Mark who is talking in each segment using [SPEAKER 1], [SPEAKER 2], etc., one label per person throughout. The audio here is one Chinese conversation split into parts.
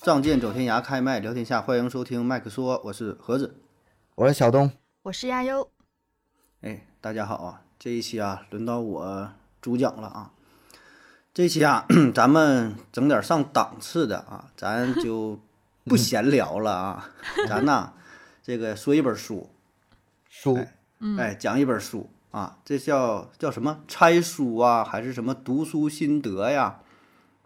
[SPEAKER 1] 仗剑走天涯，开麦聊天下，欢迎收听麦克说，我是盒子。
[SPEAKER 2] 我是小东，
[SPEAKER 3] 我是亚优，
[SPEAKER 1] 哎，大家好啊！这一期啊，轮到我主讲了啊。这期啊， 咱们整点上档次的啊，咱就不闲聊了啊。咱呐、这个说一本书，
[SPEAKER 2] 书
[SPEAKER 1] 哎哎，讲一本书啊，这叫叫什么拆书啊，还是什么读书心得呀？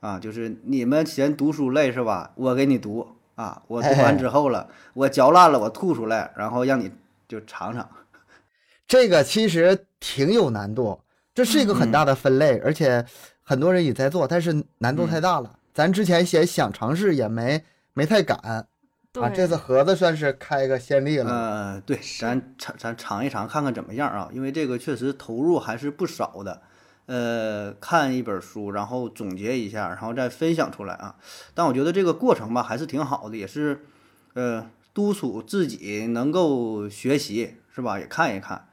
[SPEAKER 1] 啊，就是你们嫌读书累是吧？我给你读啊，我读完之后了，我嚼烂了，我吐出来，然后让你就尝尝。
[SPEAKER 2] 这个其实挺有难度，这是一个
[SPEAKER 1] 嗯
[SPEAKER 2] 很大的分类，而且很多人也在做，但是难
[SPEAKER 1] 嗯
[SPEAKER 2] 度太大了。咱之前也想尝试，也没没太敢啊。
[SPEAKER 3] 对，
[SPEAKER 2] 这次盒子算是开个先例了。
[SPEAKER 1] 呃，对，咱尝咱尝一尝，看看怎么样啊？因为这个确实投入还是不少的。呃，看一本书，然后总结一下，然后再分享出来啊。但我觉得这个过程吧，还是挺好的，也是，呃，督促自己能够学习，是吧？也看一看，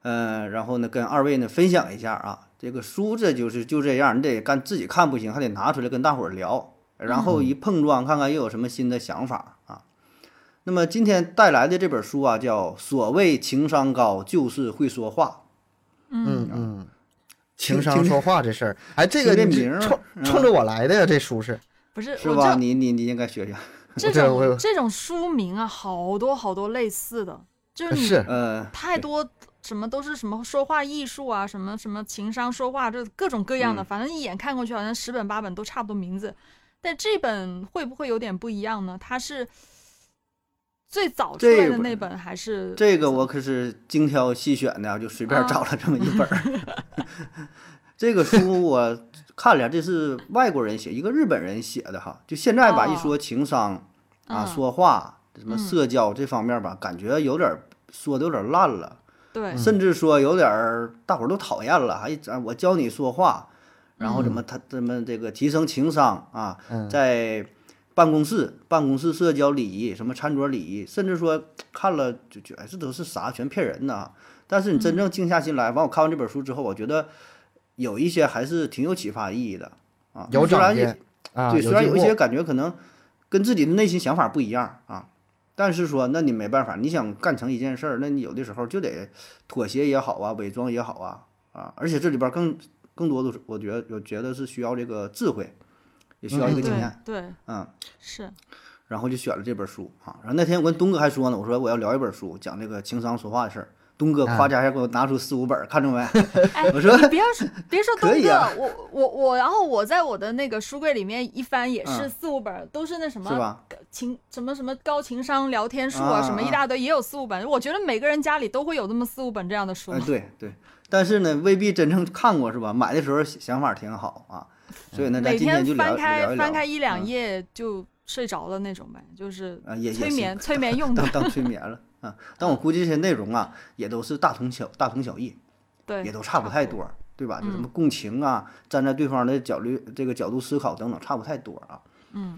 [SPEAKER 1] 呃，然后呢，跟二位呢分享一下啊。这个书这就是就这样，你得干自己看不行，还得拿出来跟大伙儿聊，然后一碰撞，看看又有什么新的想法啊。那么今天带来的这本书啊，叫《所谓情商高就是会说
[SPEAKER 3] 哦
[SPEAKER 1] 话
[SPEAKER 2] 嗯嗯，情
[SPEAKER 1] 听
[SPEAKER 2] 商
[SPEAKER 1] 听
[SPEAKER 2] 说话这事儿，哎，这个
[SPEAKER 1] 听这
[SPEAKER 2] 你
[SPEAKER 1] 名儿
[SPEAKER 2] 冲
[SPEAKER 1] 嗯
[SPEAKER 2] 冲着我来的呀，这书是
[SPEAKER 3] 不是》，
[SPEAKER 1] 是
[SPEAKER 3] 我
[SPEAKER 1] 吧？
[SPEAKER 3] 这
[SPEAKER 1] 你你你应该学学。
[SPEAKER 3] 这
[SPEAKER 2] 这我
[SPEAKER 3] 种这种书名啊，好多好多类似的，就是你
[SPEAKER 2] 是
[SPEAKER 1] 呃，
[SPEAKER 3] 太多什么都是什么说话艺术啊，什么什么情商说话，这各种各样的，
[SPEAKER 1] 嗯
[SPEAKER 3] 反正一眼看过去好像十本八本都差不多名字。但这本会不会有点不一样呢？它是最早出来
[SPEAKER 1] 这
[SPEAKER 3] 的
[SPEAKER 1] 本
[SPEAKER 3] 那本，还是
[SPEAKER 1] 这个我可是精挑细选的啊，就随便找了这么一本儿。 这个书我看了，这是外国人写，一个日本人写的哈。就现在吧，
[SPEAKER 3] 哦
[SPEAKER 1] 一说情商啊，
[SPEAKER 3] 嗯
[SPEAKER 1] 说话什么
[SPEAKER 3] 嗯
[SPEAKER 1] 社交这方面吧，感觉有点儿说的有点儿烂了。
[SPEAKER 3] 对
[SPEAKER 1] 甚至说有点儿大伙儿都讨厌了，还啊我教你说话，然
[SPEAKER 3] 嗯
[SPEAKER 1] 后怎么他怎么这个提升情商啊，
[SPEAKER 2] 嗯
[SPEAKER 1] 在办公室办公室社交礼仪，什么餐桌礼仪，甚至说看了就觉得哎这都是啥，全骗人的啊。但是你
[SPEAKER 2] 嗯
[SPEAKER 1] 真正静下心来，完我看完这本书之后，我觉得有一些还是挺有启发意义的啊，
[SPEAKER 2] 有
[SPEAKER 1] 虽
[SPEAKER 2] 长
[SPEAKER 1] 然也
[SPEAKER 2] 进啊，
[SPEAKER 1] 对，虽然
[SPEAKER 2] 进
[SPEAKER 1] 有一些
[SPEAKER 2] 步
[SPEAKER 1] 感觉可能跟自己的内心想法不一样啊，但是说那你没办法，你想干成一件事儿，那你有的时候就得妥协也好啊，伪装也好啊啊，而且这里边儿更更多的是，我觉得我觉得是需要这个智慧，也需要一个
[SPEAKER 2] 嗯
[SPEAKER 1] 经
[SPEAKER 3] 对
[SPEAKER 1] 验，
[SPEAKER 3] 对
[SPEAKER 1] 嗯。
[SPEAKER 3] 是
[SPEAKER 1] 然后就选了这本书啊，然后那天我跟东哥还说呢，我说我要聊一本书，讲这个情商说话的事儿。东哥夸家一下给我拿出四五本儿，看着没？
[SPEAKER 3] 啊哎，
[SPEAKER 1] 我说
[SPEAKER 3] 你别 说别说
[SPEAKER 1] 可
[SPEAKER 3] 东
[SPEAKER 1] 以
[SPEAKER 3] 哥，
[SPEAKER 1] 啊
[SPEAKER 3] 我我我，然后我在我的那个书柜里面一翻，也是
[SPEAKER 1] 嗯
[SPEAKER 3] 四五本儿，都是那什
[SPEAKER 1] 是
[SPEAKER 3] 么
[SPEAKER 1] 吧？
[SPEAKER 3] 情什么什么高情商聊天术
[SPEAKER 1] 啊
[SPEAKER 3] 啊，什么
[SPEAKER 1] 啊
[SPEAKER 3] 一大堆，也有四五本。我觉得每个人家里都会有那么四五本这样的书
[SPEAKER 1] 哎，，对对，但是呢，未必真正看过是吧？买的时候想法挺好啊，所以呢，咱
[SPEAKER 3] 嗯每
[SPEAKER 1] 今天
[SPEAKER 3] 天
[SPEAKER 1] 就聊
[SPEAKER 3] 翻
[SPEAKER 1] 聊
[SPEAKER 3] 开
[SPEAKER 1] 一聊。
[SPEAKER 3] 翻开一两
[SPEAKER 1] 嗯
[SPEAKER 3] 页就睡着了那种呗，就是
[SPEAKER 1] 啊，也也
[SPEAKER 3] 催
[SPEAKER 1] 行
[SPEAKER 3] 眠催眠用的
[SPEAKER 1] 当，当催眠了啊。但我估计这些内容啊，也都是大同小大同小异，
[SPEAKER 3] 对，
[SPEAKER 1] 也都差不太多，对吧？就什么共情啊，站在对方的角度这个角度思考等等，差不太多啊。
[SPEAKER 3] 嗯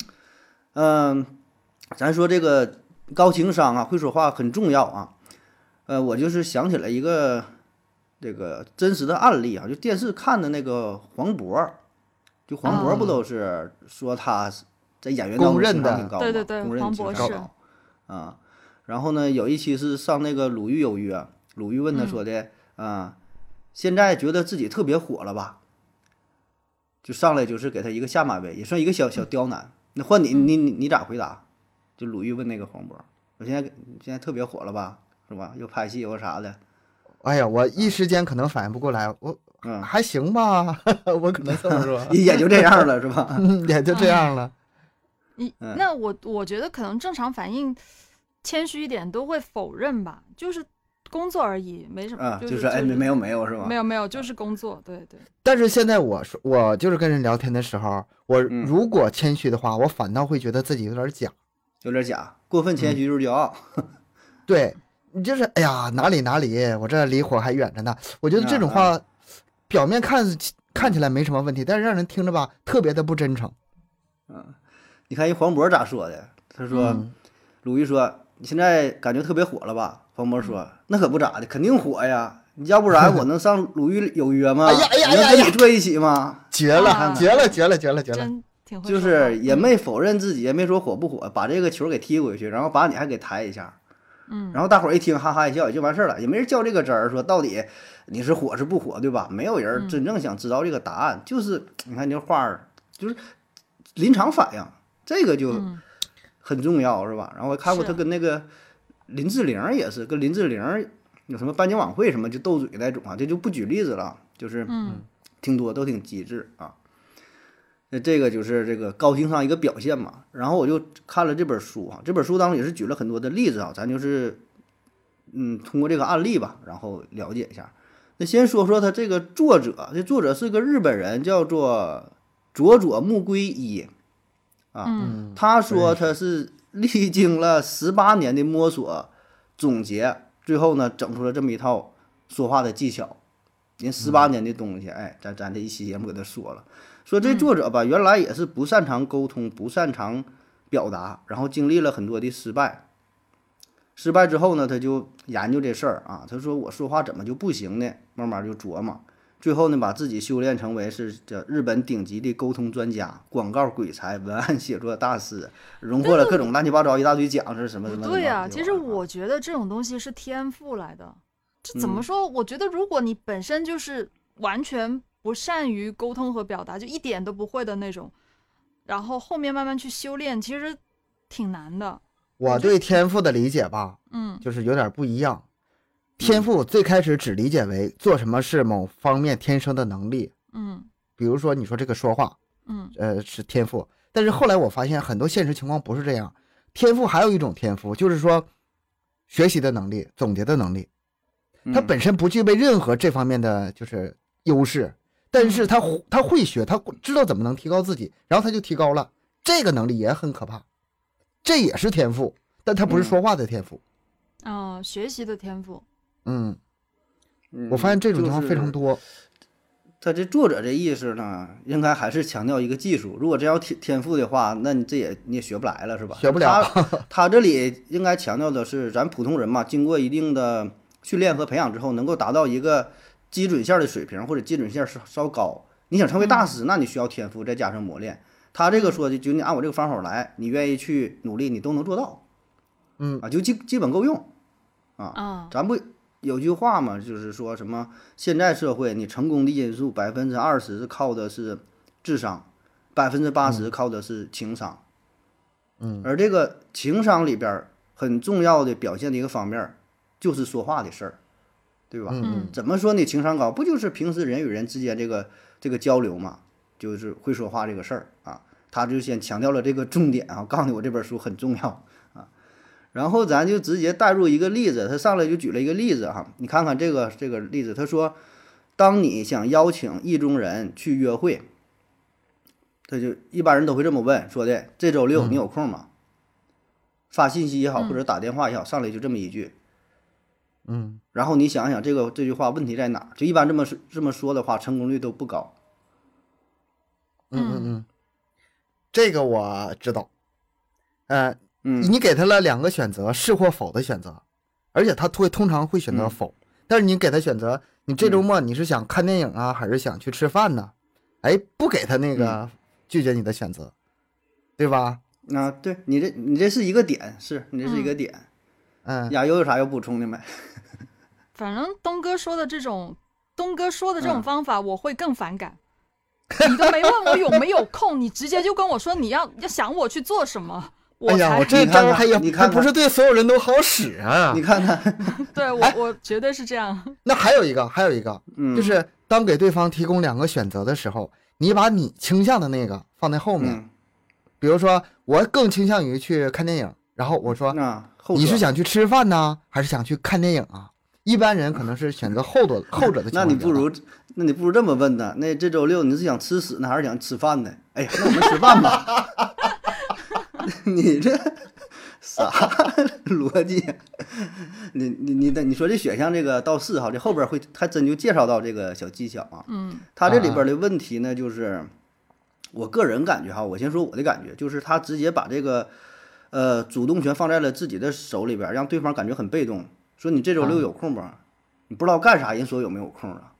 [SPEAKER 1] 嗯，咱说这个高情商啊，会说话很重要啊。呃，我就是想起来一个这个真实的案例啊，就电视看的那个黄渤，就黄渤不都是说他在演员当中
[SPEAKER 2] 公认
[SPEAKER 1] 情商
[SPEAKER 2] 的
[SPEAKER 1] 挺高嘛，
[SPEAKER 3] 对对对
[SPEAKER 1] 公认
[SPEAKER 3] 黄
[SPEAKER 1] 情
[SPEAKER 3] 渤
[SPEAKER 1] 商
[SPEAKER 3] 是
[SPEAKER 1] 高啊。然后呢，有一期是上那个《鲁豫有约》，鲁豫问
[SPEAKER 3] 嗯
[SPEAKER 1] 他说的，啊，现在觉得自己特别火了吧？就上来就是给他一个下马威，也算一个
[SPEAKER 3] 嗯
[SPEAKER 1] 小小刁难。那换你，你你你咋回答？就鲁豫问那个黄渤，我现在现在特别火了吧，是吧？又拍戏又啥的，
[SPEAKER 2] 哎呀，我一时间可能反应不过来，我
[SPEAKER 1] 嗯，，
[SPEAKER 2] 还行吧， 我可能这么说
[SPEAKER 1] 也就这样了，是吧？
[SPEAKER 2] 嗯也就这样了。
[SPEAKER 3] 你
[SPEAKER 1] 嗯
[SPEAKER 3] 那我我觉得可能正常反应，谦虚一点都会否认吧，就是工作而已，没什么
[SPEAKER 1] 啊，，
[SPEAKER 3] 就是
[SPEAKER 1] 哎，没没有没有是吧？啊
[SPEAKER 3] 没有没有，就是工作，对对，
[SPEAKER 2] 但是现在我说，我就是跟人聊天的时候，我
[SPEAKER 1] 嗯
[SPEAKER 2] 如果谦虚的话，我反倒会觉得自己有点假。
[SPEAKER 1] 有点假，过分谦虚就是骄傲。
[SPEAKER 2] 对你就是，哎呀，哪里哪里，我这离火还远着呢。我觉得这种
[SPEAKER 1] 啊
[SPEAKER 2] 话，表面看看起来没什么问题，但是让人听着吧，特别的不真诚。
[SPEAKER 1] 你看人黄渤咋说的？他说，
[SPEAKER 2] 嗯
[SPEAKER 1] 鲁豫说：“你现在感觉特别火了吧？”黄渤说：“
[SPEAKER 2] 嗯
[SPEAKER 1] 那可不咋的，肯定火呀！你要不然我能上鲁豫有约吗？
[SPEAKER 2] 哎呀哎呀
[SPEAKER 1] 我能
[SPEAKER 2] 哎呀
[SPEAKER 1] 跟你坐一起吗
[SPEAKER 2] 绝了，
[SPEAKER 3] 啊
[SPEAKER 2] 绝了，绝了，绝了，绝了！嗯
[SPEAKER 3] 真挺会
[SPEAKER 1] 就
[SPEAKER 3] 说话
[SPEAKER 1] 是也没否认自己，也没说火不火，把这个球给踢回去，然后把你还给抬一下，
[SPEAKER 3] 嗯，
[SPEAKER 1] 然后大伙儿一听哈哈一笑也就完事儿了，也没人较这个真儿，说到底你是火是不火，对吧？没有
[SPEAKER 2] 嗯
[SPEAKER 1] 人真正想知道这个答案，就是你看这画儿，就是临场反应，这个就
[SPEAKER 3] 嗯
[SPEAKER 1] 很重要，是吧？然后我还看过
[SPEAKER 3] 是
[SPEAKER 1] 他跟那个林志玲儿也是，跟林志玲儿有什么颁奖晚会什么就斗嘴那种啊，这就不举例子了，就是
[SPEAKER 3] 嗯
[SPEAKER 1] 挺多，都挺机智啊。那这个就是这个高情商一个表现嘛。然后我就看了这本书啊，这本书当中也是举了很多的例子啊，咱就是嗯通过这个案例吧，然后了解一下。那先说说他这个作者，这作者是个日本人，叫做佐佐木圭一。
[SPEAKER 3] 嗯
[SPEAKER 2] 嗯，
[SPEAKER 1] 他说他是历经了十八年的摸索、总结，最后呢整出了这么一套说话的技巧。人十
[SPEAKER 3] 嗯
[SPEAKER 1] 八年的东西，哎，咱咱这一期节目给他说了，说这作者吧，原来也是不擅长沟通，不擅长表达，然后经历了很多的失败。失败之后呢，他就研究这事儿啊，他说我说话怎么就不行呢？慢慢就琢磨，最后呢，把自己修炼成为是这日本顶级的沟通专家、广告鬼才、文案写作大师，荣获了各种乱七八糟一大堆奖，是什么什
[SPEAKER 3] 不
[SPEAKER 1] 么。
[SPEAKER 3] 对
[SPEAKER 1] 呀、
[SPEAKER 3] 啊，其实我觉得这种东西是天赋来的。这
[SPEAKER 1] 嗯
[SPEAKER 3] 怎么说？我觉得如果你本身就是完全不善于沟通和表达，就一点都不会的那种，然后后面慢慢去修炼，其实挺难的。
[SPEAKER 2] 我对天赋的理解吧，
[SPEAKER 3] 嗯
[SPEAKER 2] 就是有点不一样。天赋最开始只理解为做什么是某方面天生的能力，
[SPEAKER 3] 嗯
[SPEAKER 2] 比如说你说这个说话，
[SPEAKER 3] 嗯
[SPEAKER 2] 呃，是天赋。但是后来我发现很多现实情况不是这样，天赋还有一种天赋，就是说学习的能力、总结的能力，
[SPEAKER 1] 嗯
[SPEAKER 2] 他本身不具备任何这方面的就是优势，但是他会他会学，他知道怎么能提高自己，然后他就提高了，这个能力也很可怕，这也是天赋，但他不是
[SPEAKER 1] 嗯
[SPEAKER 2] 说话的天赋。
[SPEAKER 3] 嗯、呃学习的天
[SPEAKER 1] 啊
[SPEAKER 3] 赋。
[SPEAKER 2] 嗯，
[SPEAKER 1] 嗯
[SPEAKER 2] 我发现这种情况非
[SPEAKER 1] 就是
[SPEAKER 2] 常多。
[SPEAKER 1] 他这作者这意思呢，应该还是强调一个技术。如果真要天天赋的话，那你这也你也学不来了，是吧？
[SPEAKER 2] 学不了
[SPEAKER 1] 他他这里应该强调的是，咱普通人嘛，经过一定的训练和培养之后，能够达到一个基准线的水平或者基准线稍稍高。你想成为
[SPEAKER 2] 嗯
[SPEAKER 1] 大师，那你需要天赋，再加上磨练。他这个说的，就你按我这个方法来，你愿意去努力，你都能做到。
[SPEAKER 2] 嗯
[SPEAKER 1] 啊，就基基本够用。
[SPEAKER 3] 啊，
[SPEAKER 1] 咱不有句话嘛，就是说什么现在社会你成功的因素百分之二十是靠的是智商，百分之八十靠的是情商。
[SPEAKER 2] 嗯，
[SPEAKER 1] 而这个情商里边儿很重要的表现的一个方面儿，就是说话的事儿，对吧？
[SPEAKER 2] 嗯
[SPEAKER 1] 怎么说你情商高，不就是平时人与人之间这个这个交流嘛，就是会说话这个事儿啊。他就先强调了这个重点啊，告诉你我这本书很重要啊。然后咱就直接带入一个例子，他上来就举了一个例子哈、你看看这个这个例子，他说，当你想邀请意中人去约会，他就一般人都会这么问，说的这周六你有空吗？发信息也好，或者打电话也好，上来就这么一句，
[SPEAKER 2] 嗯
[SPEAKER 1] 然后你想想这个这句话问题在哪儿？就一般这么说这么说的话，成功率都不高。
[SPEAKER 2] 嗯嗯嗯，这个我知道。呃，
[SPEAKER 1] 嗯
[SPEAKER 2] 你给他了两个选择，是或否的选择，而且他会通常会选择
[SPEAKER 1] 嗯
[SPEAKER 2] 否。但是你给他选择，你这周末你是想看电影啊，还是想去吃饭呢？哎，不给他那
[SPEAKER 1] 嗯
[SPEAKER 2] 个拒绝你的选择，对吧？
[SPEAKER 1] 啊，对你这你这是一个点，是你这是一个点。
[SPEAKER 2] 嗯
[SPEAKER 1] 亚优有啥要补充的没？
[SPEAKER 3] 反正东哥说的这种，东哥说的这种
[SPEAKER 1] 嗯
[SPEAKER 3] 方法，我会更反感。你都没问我有没有空，你直接就跟我说你要要想我去做什么，我
[SPEAKER 2] 哎呀，
[SPEAKER 3] 才
[SPEAKER 2] 我这
[SPEAKER 1] 你看
[SPEAKER 2] 招
[SPEAKER 1] 看
[SPEAKER 2] 还也
[SPEAKER 1] 你看
[SPEAKER 2] 还不
[SPEAKER 1] 看
[SPEAKER 2] 是对所有人都好使啊
[SPEAKER 1] 你。看看，
[SPEAKER 3] 对我
[SPEAKER 1] 哎
[SPEAKER 3] 我绝对是这样。
[SPEAKER 2] 那还有一个，还有一个，
[SPEAKER 1] 嗯，
[SPEAKER 2] 就是当给对方提供两个选择的时候，你把你倾向的那个放在后面。
[SPEAKER 1] 嗯，
[SPEAKER 2] 比如说，我更倾向于去看电影，然后我说
[SPEAKER 1] 那后者
[SPEAKER 2] 你是想去吃饭呢，还是想去看电影啊？一般人可能是选择后者后者的情
[SPEAKER 1] 那
[SPEAKER 2] 况
[SPEAKER 1] 你
[SPEAKER 2] 比较
[SPEAKER 1] 不
[SPEAKER 2] 大。
[SPEAKER 1] 如那你不如这么问他，那这周六你是想吃屎呢，还是想吃饭呢？哎呀，那我们吃饭吧。 你这啥逻辑呀？你你你的你说这选项这个倒是哈，这后边会还真就介绍到这个小技巧啊。
[SPEAKER 3] 嗯
[SPEAKER 1] 他这里边的问题呢，就是我个人感觉哈，我先说我的感觉，就是他直接把这个呃主动权放在了自己的手里边儿，让对方感觉很被动，说你这周六有空吧？你不知道干啥，人说有没有空了，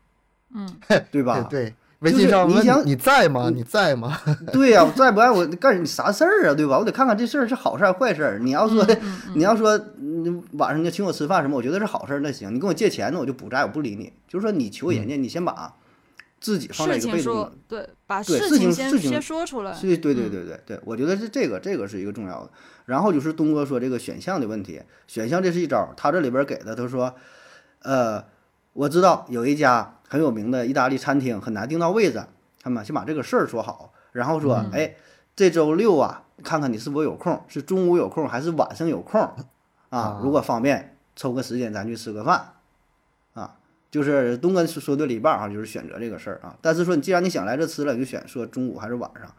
[SPEAKER 3] 嗯
[SPEAKER 1] 啊 对吧？
[SPEAKER 2] 对对，微信上
[SPEAKER 1] 就是
[SPEAKER 2] 问
[SPEAKER 1] 你想嗯
[SPEAKER 2] 你在吗？你在吗？
[SPEAKER 1] 对呀、我再不爱我干你啥事儿啊，对吧？我得看看这事儿是好事儿还是坏事儿。你要说、
[SPEAKER 3] 嗯
[SPEAKER 1] 你要说嗯晚上你请我吃饭什么，我觉得是好事儿，那行。你跟我借钱呢，我就不在，我不理你。就是说你求人家，你先把自己放在
[SPEAKER 3] 嗯事
[SPEAKER 1] 一个
[SPEAKER 3] 情
[SPEAKER 1] 被动
[SPEAKER 3] 说
[SPEAKER 1] 的。
[SPEAKER 3] 对，把
[SPEAKER 1] 对
[SPEAKER 3] 事
[SPEAKER 1] 事情
[SPEAKER 3] 先
[SPEAKER 1] 事情
[SPEAKER 3] 先说出来。
[SPEAKER 1] 所以对对对对对，我觉得是这个这个是一个重要的。然后就是东哥说这个选项的问题，选项这是一招儿，他这里边儿给的，他说，呃，我知道有一家很有名的意大利餐厅很难订到位置，他们先把这个事儿说好，然后说，哎，这周六啊，看看你是否有空，是中午有空还是晚上有空啊
[SPEAKER 2] 啊？
[SPEAKER 1] 如果方便，抽个时间咱去吃个饭，啊，就是东哥说说对了一半儿啊，就是选择这个事儿啊。但是说你既然你想来这吃了，你就选说中午还是晚上，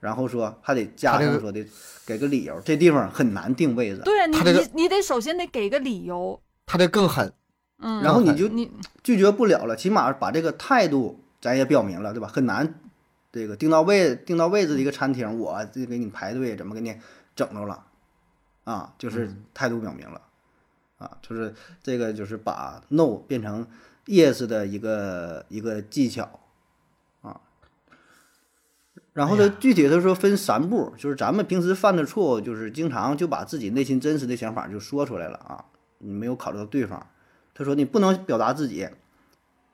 [SPEAKER 1] 然后说还得加
[SPEAKER 2] 他这
[SPEAKER 1] 上
[SPEAKER 2] 个
[SPEAKER 1] 说的给个理由，这地方很难定位置，
[SPEAKER 3] 对啊，你
[SPEAKER 2] 他这个
[SPEAKER 3] 你你得首先得给个理由，
[SPEAKER 2] 他这更狠，
[SPEAKER 3] 嗯，
[SPEAKER 1] 然后你
[SPEAKER 2] 嗯
[SPEAKER 1] 就
[SPEAKER 3] 你
[SPEAKER 1] 拒绝不了了，起码把这个态度咱也表明了，对吧？很难，这个定到位定到位置的一个餐厅，我这给你排队怎么给你整着了，啊，就是态度表明了，啊，就是这个就是把 no 变成 yes 的一个一个技巧，啊。然后
[SPEAKER 2] 哎
[SPEAKER 1] 呢
[SPEAKER 2] 呀，
[SPEAKER 1] 具体他说分三步，就是咱们平时犯的错误，就是经常就把自己内心真实的想法就说出来了啊，你没有考虑到对方。他说你不能表达自己，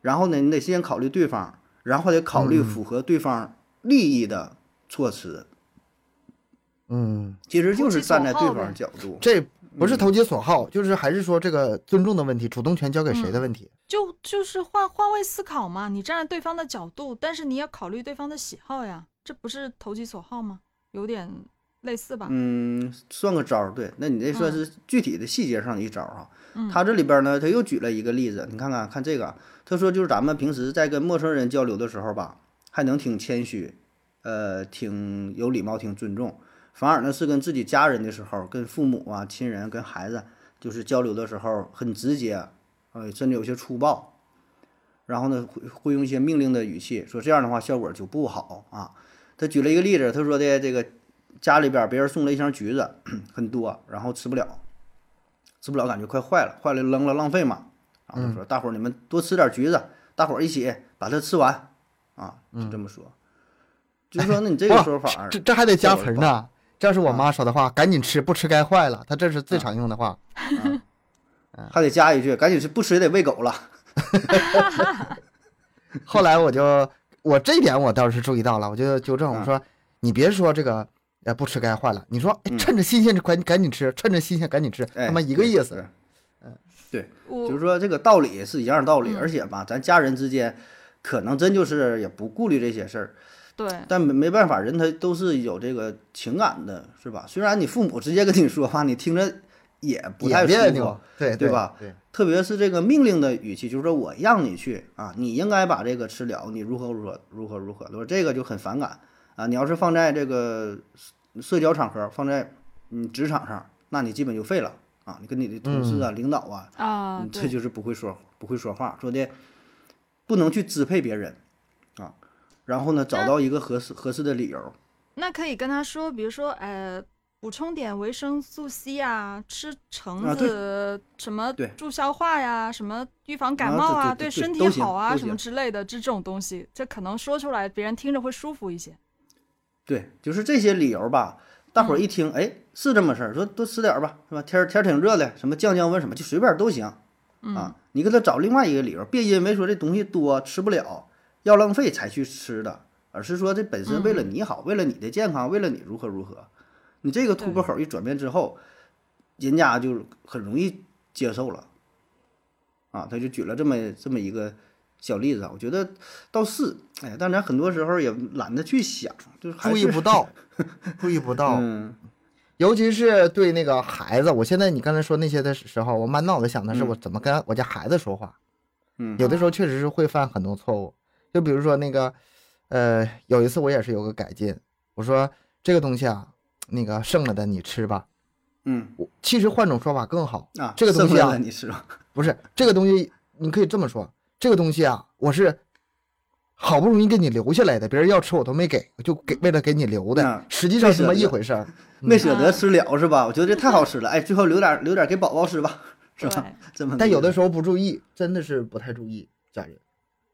[SPEAKER 1] 然后呢，你得先考虑对方，然后得考虑符合对方利益的措辞，
[SPEAKER 2] 嗯，
[SPEAKER 1] 其实就是站在对
[SPEAKER 3] 投其所好
[SPEAKER 1] 方
[SPEAKER 3] 呗
[SPEAKER 1] 角度。
[SPEAKER 2] 这不
[SPEAKER 1] 嗯
[SPEAKER 2] 是投其所好，就是还是说这个尊重的问题，主动权交给
[SPEAKER 1] 嗯
[SPEAKER 2] 谁的问题。
[SPEAKER 3] 就就是换换位思考嘛，你站在对方的角度，但是你也考虑对方的喜好呀，这不是投其所好吗？有点类似吧？
[SPEAKER 1] 嗯，算个招儿，对，那你这算是具体的细节上的一招儿哈。
[SPEAKER 3] 嗯
[SPEAKER 1] 他这里边呢，他又举了一个例子，你看看看这个啊，他说就是咱们平时在跟陌生人交流的时候吧，还能挺谦虚，呃，挺有礼貌，挺尊重。反而呢是跟自己家人的时候，跟父母啊、亲人、跟孩子，就是交流的时候很直接，呃，甚至有些粗暴。然后呢，会会用一些命令的语气，说这样的话效果就不好啊。他举了一个例子，他说的这个家里边儿别人送了一箱橘子， 很多，然后吃不了，吃不了感觉快坏了，坏了扔了浪费嘛。然后他
[SPEAKER 2] 嗯
[SPEAKER 1] 说：“大伙儿你们多吃点橘子，大伙儿一起把它吃完。”啊，就这么说。就是说，那你这 个
[SPEAKER 2] 哇
[SPEAKER 1] 说法儿，
[SPEAKER 2] 嗯哦这这还得加词儿
[SPEAKER 1] 效果
[SPEAKER 2] 呢。这要是我
[SPEAKER 1] 啊
[SPEAKER 2] 妈说的话，赶紧吃，不吃该坏了。她这是最常用的话。
[SPEAKER 1] 还得加一句，赶紧吃，不吃也得喂狗了。
[SPEAKER 2] 后来我就我这一点我倒是注意到了，我就纠正
[SPEAKER 1] 嗯
[SPEAKER 2] 我说，你别说这个呃不吃该坏了，你说哎趁着新鲜赶赶紧吃，趁着新鲜赶紧吃，
[SPEAKER 1] 嗯哎，
[SPEAKER 2] 他妈一个意
[SPEAKER 1] 对
[SPEAKER 2] 思。。嗯
[SPEAKER 3] 我
[SPEAKER 1] 就是说这个道理是一样的道理，而且吧，咱家人之间可能真就是也不顾虑这些事儿，
[SPEAKER 3] 对
[SPEAKER 1] 但没没办法，人他都是有这个情感的，是吧？虽然你父母直接跟你说话，你听着也不
[SPEAKER 2] 也
[SPEAKER 1] 太
[SPEAKER 2] 别
[SPEAKER 1] 舒
[SPEAKER 2] 扭
[SPEAKER 1] 服，，
[SPEAKER 2] 对
[SPEAKER 1] 对吧？
[SPEAKER 2] 对，
[SPEAKER 1] 特别是这个命令的语气，就是说我让你去啊，你应该把这个吃了，你如何如何如何如何，我这个就很反感啊。你要是放在这个社社交场合，放在嗯职场上，那你基本就废了啊！你跟你的同事啊、领导啊，
[SPEAKER 3] 啊
[SPEAKER 1] 嗯，这
[SPEAKER 3] 对，
[SPEAKER 1] 就是不会说不会说话，说的不能去支配别人啊。然后呢，找
[SPEAKER 3] 那
[SPEAKER 1] 到一个合适合适的理由，
[SPEAKER 3] 那可以跟他说，比如说，呃，补充点维生素 C 啊，吃
[SPEAKER 1] 啊
[SPEAKER 3] 橙
[SPEAKER 1] 对
[SPEAKER 3] 子，什么
[SPEAKER 1] 对
[SPEAKER 3] 助消化呀、什么预防感
[SPEAKER 1] 啊
[SPEAKER 3] 冒
[SPEAKER 1] 对
[SPEAKER 3] 啊，
[SPEAKER 1] 对对对
[SPEAKER 3] 身体
[SPEAKER 1] 都行
[SPEAKER 3] 好啊，
[SPEAKER 1] 都
[SPEAKER 3] 什么
[SPEAKER 1] 行
[SPEAKER 3] 之类的，这这种东西，这可能说出来，别人听着会舒服一些。
[SPEAKER 1] 对，就是这些理由吧。大
[SPEAKER 2] 嗯
[SPEAKER 1] 伙儿一听，哎，是这么事儿，说多吃点儿吧，是吧？天儿天儿挺热的，什么降降温什么，就随便儿都行
[SPEAKER 2] 嗯
[SPEAKER 1] 啊。你给他找另外一个理由，别因为说这东西多吃不了要浪费才去吃的，而是说这本身为
[SPEAKER 2] 嗯
[SPEAKER 1] 了你好，为了你的健康，为了你如何如何。你这个突破口一转变之后，人家就很容易接受了。啊，他就举了这么这么一个小例子啊，我觉得倒是，哎呀，但咱很多时候也懒得去想，就是还
[SPEAKER 2] 注意
[SPEAKER 1] 是
[SPEAKER 2] 不到，注意不到，
[SPEAKER 1] 嗯
[SPEAKER 2] 尤其是对那个孩子。我现在你刚才说那些的时候，我满脑子想的是我怎么跟我家孩子说话。
[SPEAKER 1] 嗯
[SPEAKER 2] 有的时候确实是会犯很多错误，就比如说那个，呃，有一次我也是有个改进，我说这个东西啊，那个剩了的你吃吧。
[SPEAKER 1] 嗯
[SPEAKER 2] 我其实换种说法更好，
[SPEAKER 1] 啊，
[SPEAKER 2] 这个东西
[SPEAKER 1] 剩
[SPEAKER 2] 啊
[SPEAKER 1] 饭了你吃吧，
[SPEAKER 2] 不是这个东西，你可以这么说，这个东西啊，我是好不容易给你留下来的，别人要吃我都没给，就给为了给你留的
[SPEAKER 1] 那，
[SPEAKER 2] 实际上
[SPEAKER 1] 为
[SPEAKER 2] 是这么
[SPEAKER 1] 舍
[SPEAKER 2] 一
[SPEAKER 1] 得
[SPEAKER 2] 回事儿。
[SPEAKER 1] 没舍
[SPEAKER 3] 嗯
[SPEAKER 1] 得吃了是吧？我觉得这太好吃了，哎，最后留点留点给宝宝吃吧，是吧？
[SPEAKER 3] 对
[SPEAKER 1] 这么个意思，
[SPEAKER 2] 但有的时候不注意，真的是不太注意家人。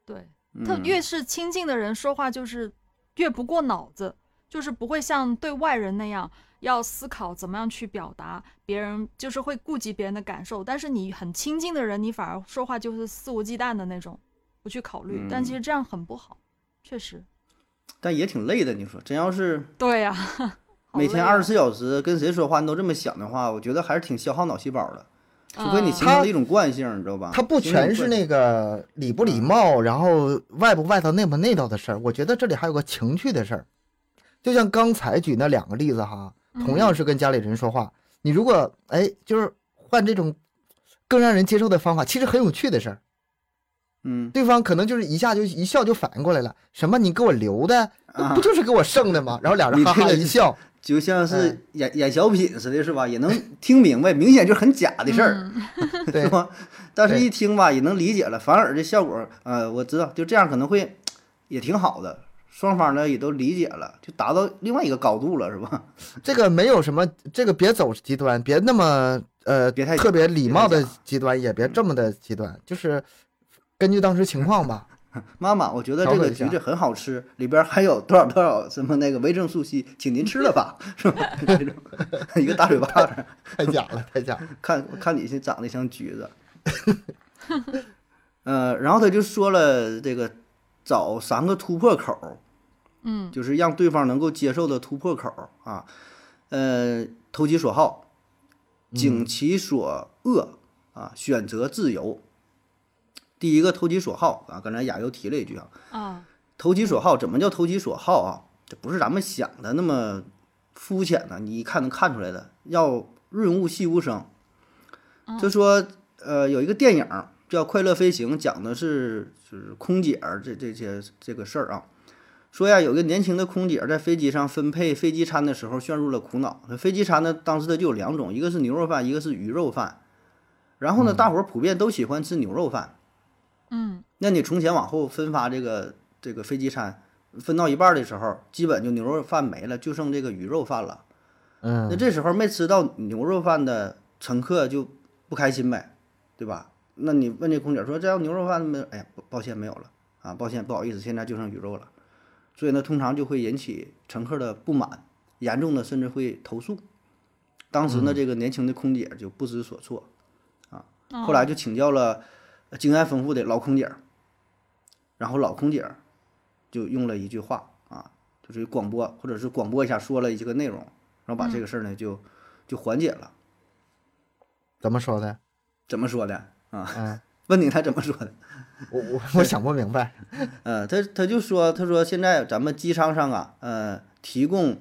[SPEAKER 3] 对，
[SPEAKER 1] 嗯
[SPEAKER 3] 他越是亲近的人说话就是越不过脑子，就是不会像对外人那样要思考怎么样去表达别人，就是会顾及别人的感受。但是你很亲近的人，你反而说话就是肆无忌惮的那种，不去考虑。但
[SPEAKER 1] 嗯
[SPEAKER 3] 其实这样很不好，确实。
[SPEAKER 1] 但也挺累的。你说真要是
[SPEAKER 3] 对呀、 好
[SPEAKER 1] 每天
[SPEAKER 3] 累啊
[SPEAKER 1] 二十四小时跟谁说话你都这么想的话，我觉得还是挺消耗脑细胞的。除非你
[SPEAKER 3] 嗯
[SPEAKER 1] 形成了一种惯性，你知道吧？
[SPEAKER 2] 它不全是那个礼不礼貌，然后外不外道、内不内道的事儿。我觉得这里还有个情趣的事儿，就像刚才举那两个例子哈，同样是跟家里人说话，你如果哎，就是换这种更让人接受的方法，其实很有趣的事儿。
[SPEAKER 1] 嗯，
[SPEAKER 2] 对方可能就是一下就一笑就反应过来了，什么你给我留的，
[SPEAKER 1] 啊
[SPEAKER 2] 那不就是给我剩的吗？然后俩人哈哈一笑，
[SPEAKER 1] 就像
[SPEAKER 2] 哎
[SPEAKER 1] 是演、演小品似的，是吧？也能听明白，明显就是很假的事儿，
[SPEAKER 3] 嗯
[SPEAKER 2] 对
[SPEAKER 1] 是，吧？但是
[SPEAKER 2] 对
[SPEAKER 1] 一听吧，也能理解了，反而这效果，呃，我知道，就这样可能会也挺好的，双方呢也都理解了，就达到另外一个高度了，是吧？
[SPEAKER 2] 这个没有什么，这个别走极端，别那么呃，
[SPEAKER 1] 别太
[SPEAKER 2] 特别礼貌
[SPEAKER 1] 别
[SPEAKER 2] 的
[SPEAKER 1] 太假嗯
[SPEAKER 2] 极端，也别这么的极端，就是根据当时情 况吧。
[SPEAKER 1] 妈妈，我觉得这
[SPEAKER 2] 调
[SPEAKER 1] 个
[SPEAKER 2] 整一下
[SPEAKER 1] 橘子很好吃，里边还有多少多少什么那个维生素 C，请您吃了吧， 是吧？这种一个大嘴巴子，
[SPEAKER 2] 太假了， 太假了。
[SPEAKER 1] 看我看你是长得像橘子， 呃，然后他就说了这个找三个突破口儿，
[SPEAKER 3] 嗯
[SPEAKER 1] 就是让对方能够接受的突破口儿啊，呃，投其所好，景其所恶啊，选择自由。第一个投其所好啊，刚才亚优提了一句啊，
[SPEAKER 3] 啊，
[SPEAKER 1] 投其所好，怎么叫投其所好啊？这不是咱们想的那么肤浅的，你一看能看出来的，要润物细无声。就说呃，有一个电影儿叫《快乐飞行》，讲的是就是空姐儿这这些这个事儿啊。说呀，有个年轻的空姐儿在飞机上分配飞机餐的时候陷入了苦恼。那飞机餐呢，当时它就有两种，一个是牛肉饭，一个是鱼肉饭。然后呢，大伙儿普遍都喜欢吃牛肉饭。
[SPEAKER 3] 嗯
[SPEAKER 1] 那你从前往后分发这个这个飞机餐，分到一半儿的时候，基本就牛肉饭没了，就剩这个鱼肉饭了。那
[SPEAKER 2] 嗯，
[SPEAKER 1] 这时候没吃到牛肉饭的乘客就不开心呗，对吧？那你问这空姐说这要牛肉饭没有？哎呀，不抱歉没有了啊，抱歉不好意思，现在就剩鱼肉了。所以呢，通常就会引起乘客的不满，严重的甚至会投诉。当时呢，这个年轻的空姐就不知所措，
[SPEAKER 3] 啊
[SPEAKER 1] 后来就请教了呃经验丰富的老空姐儿，然后老空姐儿就用了一句话啊，就是广播或者是广播一下说了一个内容，然后把这个事儿呢就就缓解了。
[SPEAKER 2] 怎么说的？
[SPEAKER 1] 怎么说的啊？
[SPEAKER 2] 嗯，
[SPEAKER 1] 问你他怎么说的？
[SPEAKER 2] 我我我想不明白。
[SPEAKER 1] 呃，他他就说，他说现在咱们机舱上啊，呃，提供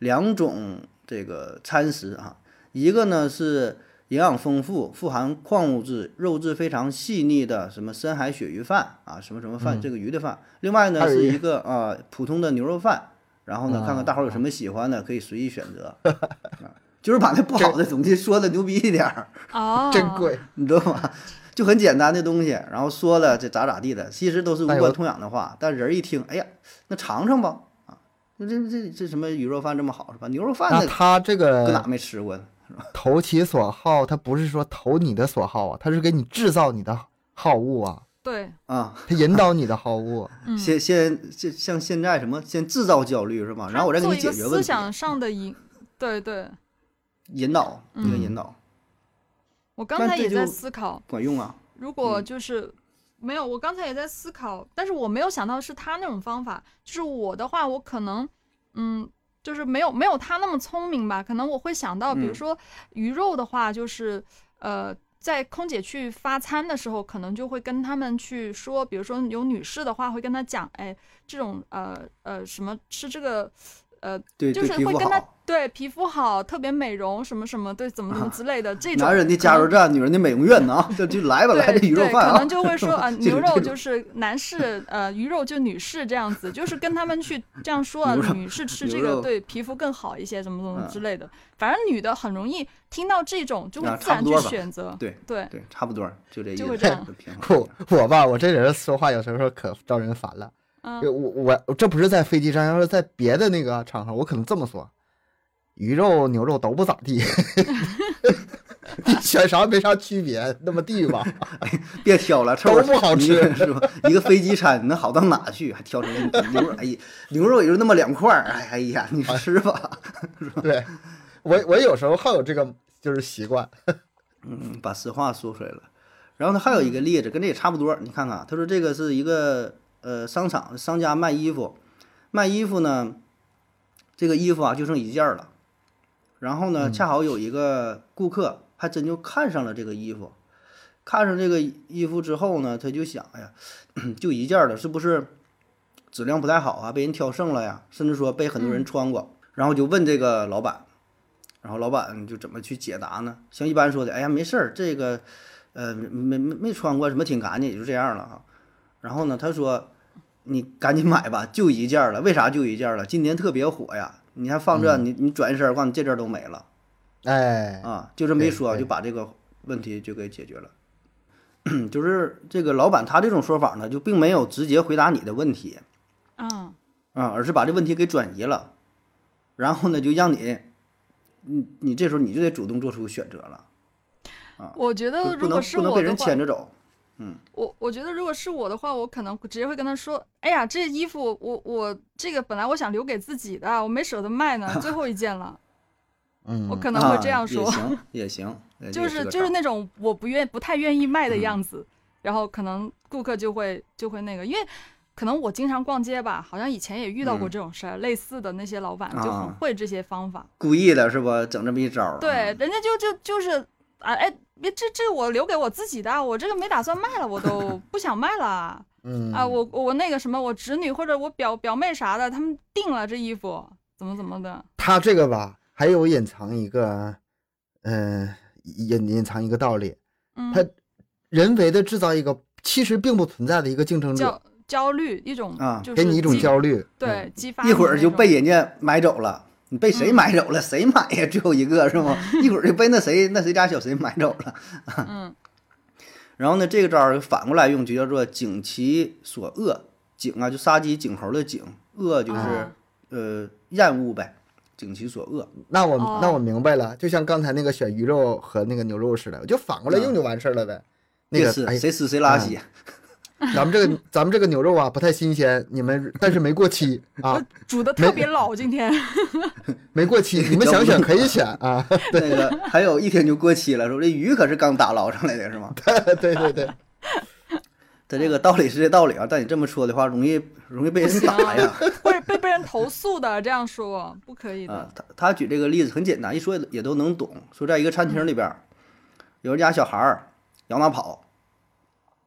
[SPEAKER 1] 两种这个餐食啊，一个呢是营养丰富、富含矿物质、肉质非常细腻的什么深海鳕鱼饭啊，什么什么饭，这个鱼的饭；另外呢
[SPEAKER 2] 还有
[SPEAKER 1] 是
[SPEAKER 2] 一
[SPEAKER 1] 一个啊、普通的牛肉饭。然后呢，看看大伙儿有什么喜欢的，可以随意选择。 啊就是把那不好的东西说的牛逼一点儿。
[SPEAKER 3] 啊，
[SPEAKER 2] 真贵，
[SPEAKER 1] 你知道吗？ 就很简单的东西，然后说了这咋咋地的，其实都是无
[SPEAKER 2] 哎
[SPEAKER 1] 关
[SPEAKER 2] 呦
[SPEAKER 1] 痛痒的话，但人一听，哎呀，那尝尝吧，啊，那这这这什么鱼肉饭这么好是吧？牛肉饭
[SPEAKER 2] 那
[SPEAKER 1] 那
[SPEAKER 2] 他这
[SPEAKER 1] 搁哪
[SPEAKER 2] 个
[SPEAKER 1] 没吃过呢？
[SPEAKER 2] 投其所好，他不是说投你的所好啊，他是给你制造你的好恶啊，
[SPEAKER 3] 对，
[SPEAKER 1] 啊，
[SPEAKER 2] 他引导你的好恶。啊
[SPEAKER 3] 嗯
[SPEAKER 1] 先先先像现在什么，先制造焦虑是吧？然后我再给
[SPEAKER 3] 做
[SPEAKER 1] 你
[SPEAKER 3] 一个
[SPEAKER 1] 解决问
[SPEAKER 3] 思
[SPEAKER 1] 题，
[SPEAKER 3] 想上的引，对对，
[SPEAKER 1] 引导一个
[SPEAKER 2] 嗯
[SPEAKER 1] 引导，
[SPEAKER 3] 我刚
[SPEAKER 1] 但
[SPEAKER 3] 才
[SPEAKER 1] 这
[SPEAKER 3] 也在
[SPEAKER 1] 就
[SPEAKER 3] 思考，
[SPEAKER 1] 管用啊，
[SPEAKER 3] 如果
[SPEAKER 1] 嗯
[SPEAKER 3] 就是没有，我刚才也在思考，但是我没有想到是他那种方法。就是我的话，我可能，嗯，就是没有没有他那么聪明吧。可能我会想到，比如
[SPEAKER 1] 嗯
[SPEAKER 3] 说鱼肉的话，就是呃，在空姐去发餐的时候，可能就会跟他们去说，比如说有女士的话，会跟她讲，哎，这种呃呃什么吃这个呃，
[SPEAKER 1] 对
[SPEAKER 3] 就
[SPEAKER 1] 对
[SPEAKER 3] 是
[SPEAKER 1] 皮
[SPEAKER 3] 会
[SPEAKER 1] 肤
[SPEAKER 3] 跟她
[SPEAKER 1] 好。啊
[SPEAKER 3] 对皮肤好，特别美容什么什么，对怎么怎么之类的、这种。
[SPEAKER 1] 男人的
[SPEAKER 3] 可
[SPEAKER 1] 加
[SPEAKER 3] 能
[SPEAKER 1] 油站，女人的美容院呢啊， 这就来吧，
[SPEAKER 3] 对
[SPEAKER 1] 来这鱼肉
[SPEAKER 3] 对
[SPEAKER 1] 饭
[SPEAKER 3] 可
[SPEAKER 1] 啊
[SPEAKER 3] 能，就 会说啊、
[SPEAKER 1] 这种
[SPEAKER 3] 牛肉
[SPEAKER 1] 这
[SPEAKER 3] 就
[SPEAKER 1] 种
[SPEAKER 3] 是男士，呃，鱼肉就女士这样子，就是跟他们去这样说啊
[SPEAKER 1] 牛，肉
[SPEAKER 3] 女士吃这
[SPEAKER 1] 牛
[SPEAKER 3] 个
[SPEAKER 1] 肉
[SPEAKER 3] 对皮肤更好一些，怎么怎么
[SPEAKER 1] 嗯
[SPEAKER 3] 之类的。反正女的很容易听到这种，就会
[SPEAKER 1] 啊
[SPEAKER 3] 自
[SPEAKER 1] 差
[SPEAKER 3] 然
[SPEAKER 1] 不
[SPEAKER 3] 去
[SPEAKER 1] 多吧
[SPEAKER 3] 选择。
[SPEAKER 1] 对
[SPEAKER 3] 对，
[SPEAKER 1] 对，差不多就这意
[SPEAKER 3] 就
[SPEAKER 1] 思，
[SPEAKER 3] 会这样
[SPEAKER 1] 平衡一
[SPEAKER 2] 我
[SPEAKER 1] 下
[SPEAKER 2] 我吧，我这人说话有时候可招人烦了。
[SPEAKER 3] 嗯
[SPEAKER 2] 就我我我这不是在飞机上，要是在别的那 个场合，我可能这么说：鱼肉、牛肉都不咋地，选啥没啥区别，那么地 吧，
[SPEAKER 1] 别挑了，臭
[SPEAKER 2] 都不好吃
[SPEAKER 1] 是吧？一个飞机餐能好到哪去？还挑成牛肉，哎呀，牛肉也就那么两块儿，哎哎呀，你吃吧。
[SPEAKER 2] 对我我有时候好有这个就是习惯，
[SPEAKER 1] 嗯，把实话说出来了。然后他还有一个例子，跟这也差不多，你看看，他说这个是一个呃商场商家卖衣服，卖衣服呢，这个衣服啊就剩一件儿了，然后呢，恰好有一个顾客还真就看上了这个衣服，看上这个衣服之后呢，他就想，哎呀，就一件儿了，是不是质量不太好啊？被人挑剩了呀，甚至说被很多人穿过，然后就问这个老板，然后老板就怎么去解答呢？像一般说的，哎呀，没事儿，这个。呃，没没没穿过什么挺干净，也就这样了哈。然后呢，他说你赶紧买吧，就一件儿了。为啥就一件儿了？今年特别火呀，你还放这，你你转身儿，我告诉你这件儿都没了
[SPEAKER 2] 哎，
[SPEAKER 3] 哦
[SPEAKER 1] 啊！就这么一
[SPEAKER 2] 嗯对
[SPEAKER 1] 说，
[SPEAKER 2] 对
[SPEAKER 1] 就把这个问题就给解决了。 就是这个老板他这种说法呢，就并没有直接回答你的问题
[SPEAKER 3] 嗯，
[SPEAKER 1] 啊，而是把这问题给转移了，然后呢，就让你，你你这时候你就得主动做出选择了，
[SPEAKER 3] 我觉
[SPEAKER 1] 啊不不
[SPEAKER 3] 得呃如
[SPEAKER 1] 能
[SPEAKER 3] 果是
[SPEAKER 1] 不
[SPEAKER 3] 我
[SPEAKER 1] 能被
[SPEAKER 3] 的话，
[SPEAKER 1] 人牵着走。
[SPEAKER 3] 我我觉得如果是我的话，我可能直接会跟他说：“哎呀，这衣服我我这个本来我想留给自己的，我没舍得卖呢，最后一件 了。”
[SPEAKER 2] 嗯，
[SPEAKER 3] 我可能会这样说，
[SPEAKER 1] 啊、也行，也行，
[SPEAKER 3] 就
[SPEAKER 1] 也
[SPEAKER 3] 是
[SPEAKER 1] 个
[SPEAKER 3] 就是
[SPEAKER 1] 招
[SPEAKER 3] 那种我不愿不太愿意卖的
[SPEAKER 1] 嗯
[SPEAKER 3] 样子，然后可能顾客就会就会那个，因为可能我经常逛街吧，好像以前也遇到过
[SPEAKER 1] 嗯
[SPEAKER 3] 这种事儿，类似的那些老板就很
[SPEAKER 1] 啊
[SPEAKER 3] 会这些方法，
[SPEAKER 1] 故意的是吧？整这么一招儿，
[SPEAKER 3] 对，
[SPEAKER 1] 嗯，
[SPEAKER 3] 人家就就就是啊，哎，别这这我留给我自己的，我这个没打算卖了，我都不想卖 了。
[SPEAKER 2] 嗯
[SPEAKER 3] 啊，我我那个什么，我侄女或者我表表妹啥的，他们订了这衣服，怎么怎么的，
[SPEAKER 2] 他这个吧，还有隐藏一个，嗯、隐隐藏一个道理，
[SPEAKER 3] 嗯，
[SPEAKER 2] 他人为的制造一个其实并不存在的一个竞争
[SPEAKER 3] 焦
[SPEAKER 2] 者，
[SPEAKER 3] 焦虑一种
[SPEAKER 1] 嗯啊
[SPEAKER 3] 就是
[SPEAKER 2] 给你一种
[SPEAKER 3] 激
[SPEAKER 2] 焦虑。嗯
[SPEAKER 3] 对激发
[SPEAKER 1] 嗯一会儿
[SPEAKER 3] 你
[SPEAKER 1] 就
[SPEAKER 3] 那种嗯
[SPEAKER 1] 被人家买走了。你被谁买走了？谁买呀？最后一个是吗？一会儿就被那谁那谁家小谁买走了。
[SPEAKER 3] 嗯
[SPEAKER 1] 然后呢，这个招儿反过来用，就叫做“警其所恶”。警啊，就杀鸡儆猴的警；恶就是、
[SPEAKER 3] 啊
[SPEAKER 1] 呃厌恶呗，警其所恶。
[SPEAKER 2] 那我、
[SPEAKER 3] 哦
[SPEAKER 2] 那我明白了，就像刚才那个选鱼肉和那个牛肉似的，我就反过来用就完事儿了呗。那
[SPEAKER 1] 别
[SPEAKER 2] 个
[SPEAKER 1] 吃，
[SPEAKER 2] 哎，
[SPEAKER 1] 谁吃谁拉稀。
[SPEAKER 2] 咱们这个咱们这个牛肉啊不太新鲜，你们但是没过期啊
[SPEAKER 3] 我，煮的特别老，今天
[SPEAKER 2] 没过期，你们想选可以选啊。
[SPEAKER 1] 那个还有一天就过期了，说这鱼可是刚打捞上来的，是吗？
[SPEAKER 2] 对对对，
[SPEAKER 1] 他这个道理是这道理啊，但你这么说的话，容易容易被人打呀。
[SPEAKER 3] 会被被人投诉的，这样说不可以
[SPEAKER 1] 啊
[SPEAKER 3] 的，，
[SPEAKER 1] 他他举这个例子很简单，一说也都能懂。说在一个餐厅里边儿，有人家小孩儿摇哪跑，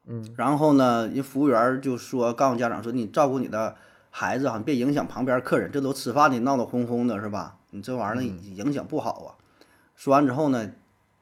[SPEAKER 2] 嗯，
[SPEAKER 1] 然后呢，人服务员儿就说告诉家长说，你照顾你的孩子哈，你别影响旁边客人，这都吃饭呢，闹闹哄哄的是吧？你这玩意儿呢
[SPEAKER 2] 嗯
[SPEAKER 1] 影响不好啊。说完之后呢，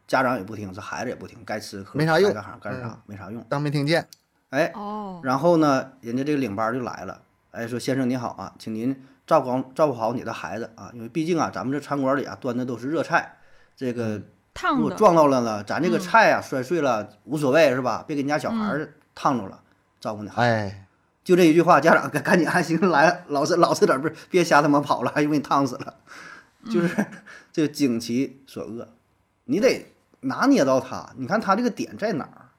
[SPEAKER 1] 家长也不听，这孩子也不听，该吃喝
[SPEAKER 2] 没啥用嗯
[SPEAKER 1] 该干啥干啥，没啥用。
[SPEAKER 2] 当没听见。
[SPEAKER 1] 哎，
[SPEAKER 3] 哦，
[SPEAKER 1] 然后呢，人家这个领班儿就来了，哎，说先生你好啊，请您照顾照顾好你的孩子啊，因为毕竟啊，咱们这餐馆里啊端的都是热菜，这个如
[SPEAKER 3] 嗯烫
[SPEAKER 1] 果
[SPEAKER 3] 的，
[SPEAKER 1] 撞到了呢，咱这个
[SPEAKER 3] 嗯
[SPEAKER 1] 菜啊摔碎了无所谓是吧？别给你家小孩儿烫着了，照顾你孩子。
[SPEAKER 2] 哎，
[SPEAKER 1] 就这一句话，家长赶赶紧安心来，老实老实点儿，不是别瞎他妈跑了，还容易烫死了。
[SPEAKER 3] 嗯
[SPEAKER 1] 就是这个景其所恶，你得拿捏到他，你看他这个点在哪儿，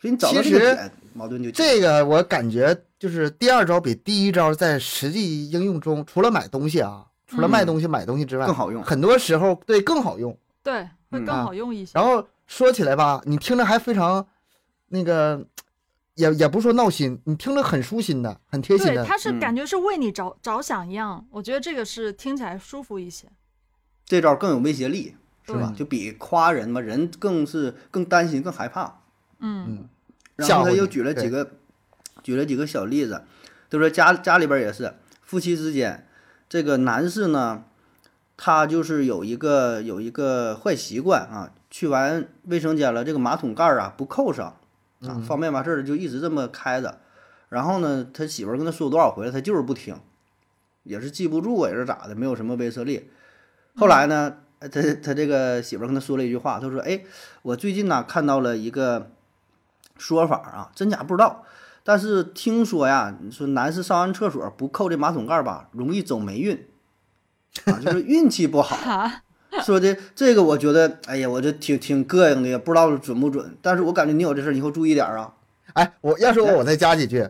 [SPEAKER 1] 所以你找到这
[SPEAKER 2] 其
[SPEAKER 1] 个
[SPEAKER 2] 实
[SPEAKER 1] 点，矛盾就解决
[SPEAKER 2] 这个我感觉就是第二招比第一招在实际应用中，除了买东西啊，除了
[SPEAKER 3] 嗯
[SPEAKER 2] 卖东西、买东西之外，
[SPEAKER 1] 更好用。
[SPEAKER 2] 很多时候对更好用。
[SPEAKER 3] 对，会
[SPEAKER 1] 嗯
[SPEAKER 3] 更
[SPEAKER 2] 啊
[SPEAKER 3] 好用一些，
[SPEAKER 2] 然后说起来吧，你听着还非常那个，也也不是说闹心，你听着很舒心的，很贴心
[SPEAKER 3] 对，
[SPEAKER 2] 的。
[SPEAKER 3] 他是
[SPEAKER 1] 嗯
[SPEAKER 3] 感觉是为你着着想一样，我觉得这个是听起来舒服一些，
[SPEAKER 1] 这招更有威胁力，是吧？
[SPEAKER 2] 对
[SPEAKER 1] 就比夸人嘛，人更是更担心、更害怕。
[SPEAKER 3] 嗯
[SPEAKER 2] 嗯，
[SPEAKER 1] 然
[SPEAKER 2] 吓
[SPEAKER 1] 后
[SPEAKER 2] 唬
[SPEAKER 1] 他又
[SPEAKER 2] 你
[SPEAKER 1] 举了几
[SPEAKER 2] 对
[SPEAKER 1] 个，举了几个小例子，就说家家里边也是夫妻之间，这个男士呢，他就是有一个有一个坏习惯啊，去完卫生间了，这个马桶盖儿啊不扣上
[SPEAKER 2] 嗯
[SPEAKER 1] 啊，方便完事儿就一直这么开着。然后呢，他媳妇儿跟他说多少回了，他就是不听，也是记不住啊，也是咋的，没有什么威慑力。后来呢，呃他他这个媳妇儿跟他说了一句话，他说：“哎，我最近呢看到了一个说法啊，真假不知道，但是听说呀，你说男士上完厕所不扣这马桶盖儿吧，容易走霉运，啊，就是运气不好。
[SPEAKER 3] 哈，
[SPEAKER 1] 说的这个，我觉得，哎呀，我这挺挺膈应的，也不知道准不准。但是我感觉你有这事儿，你以后注意点儿啊。
[SPEAKER 2] 哎，我要是我我再加几句，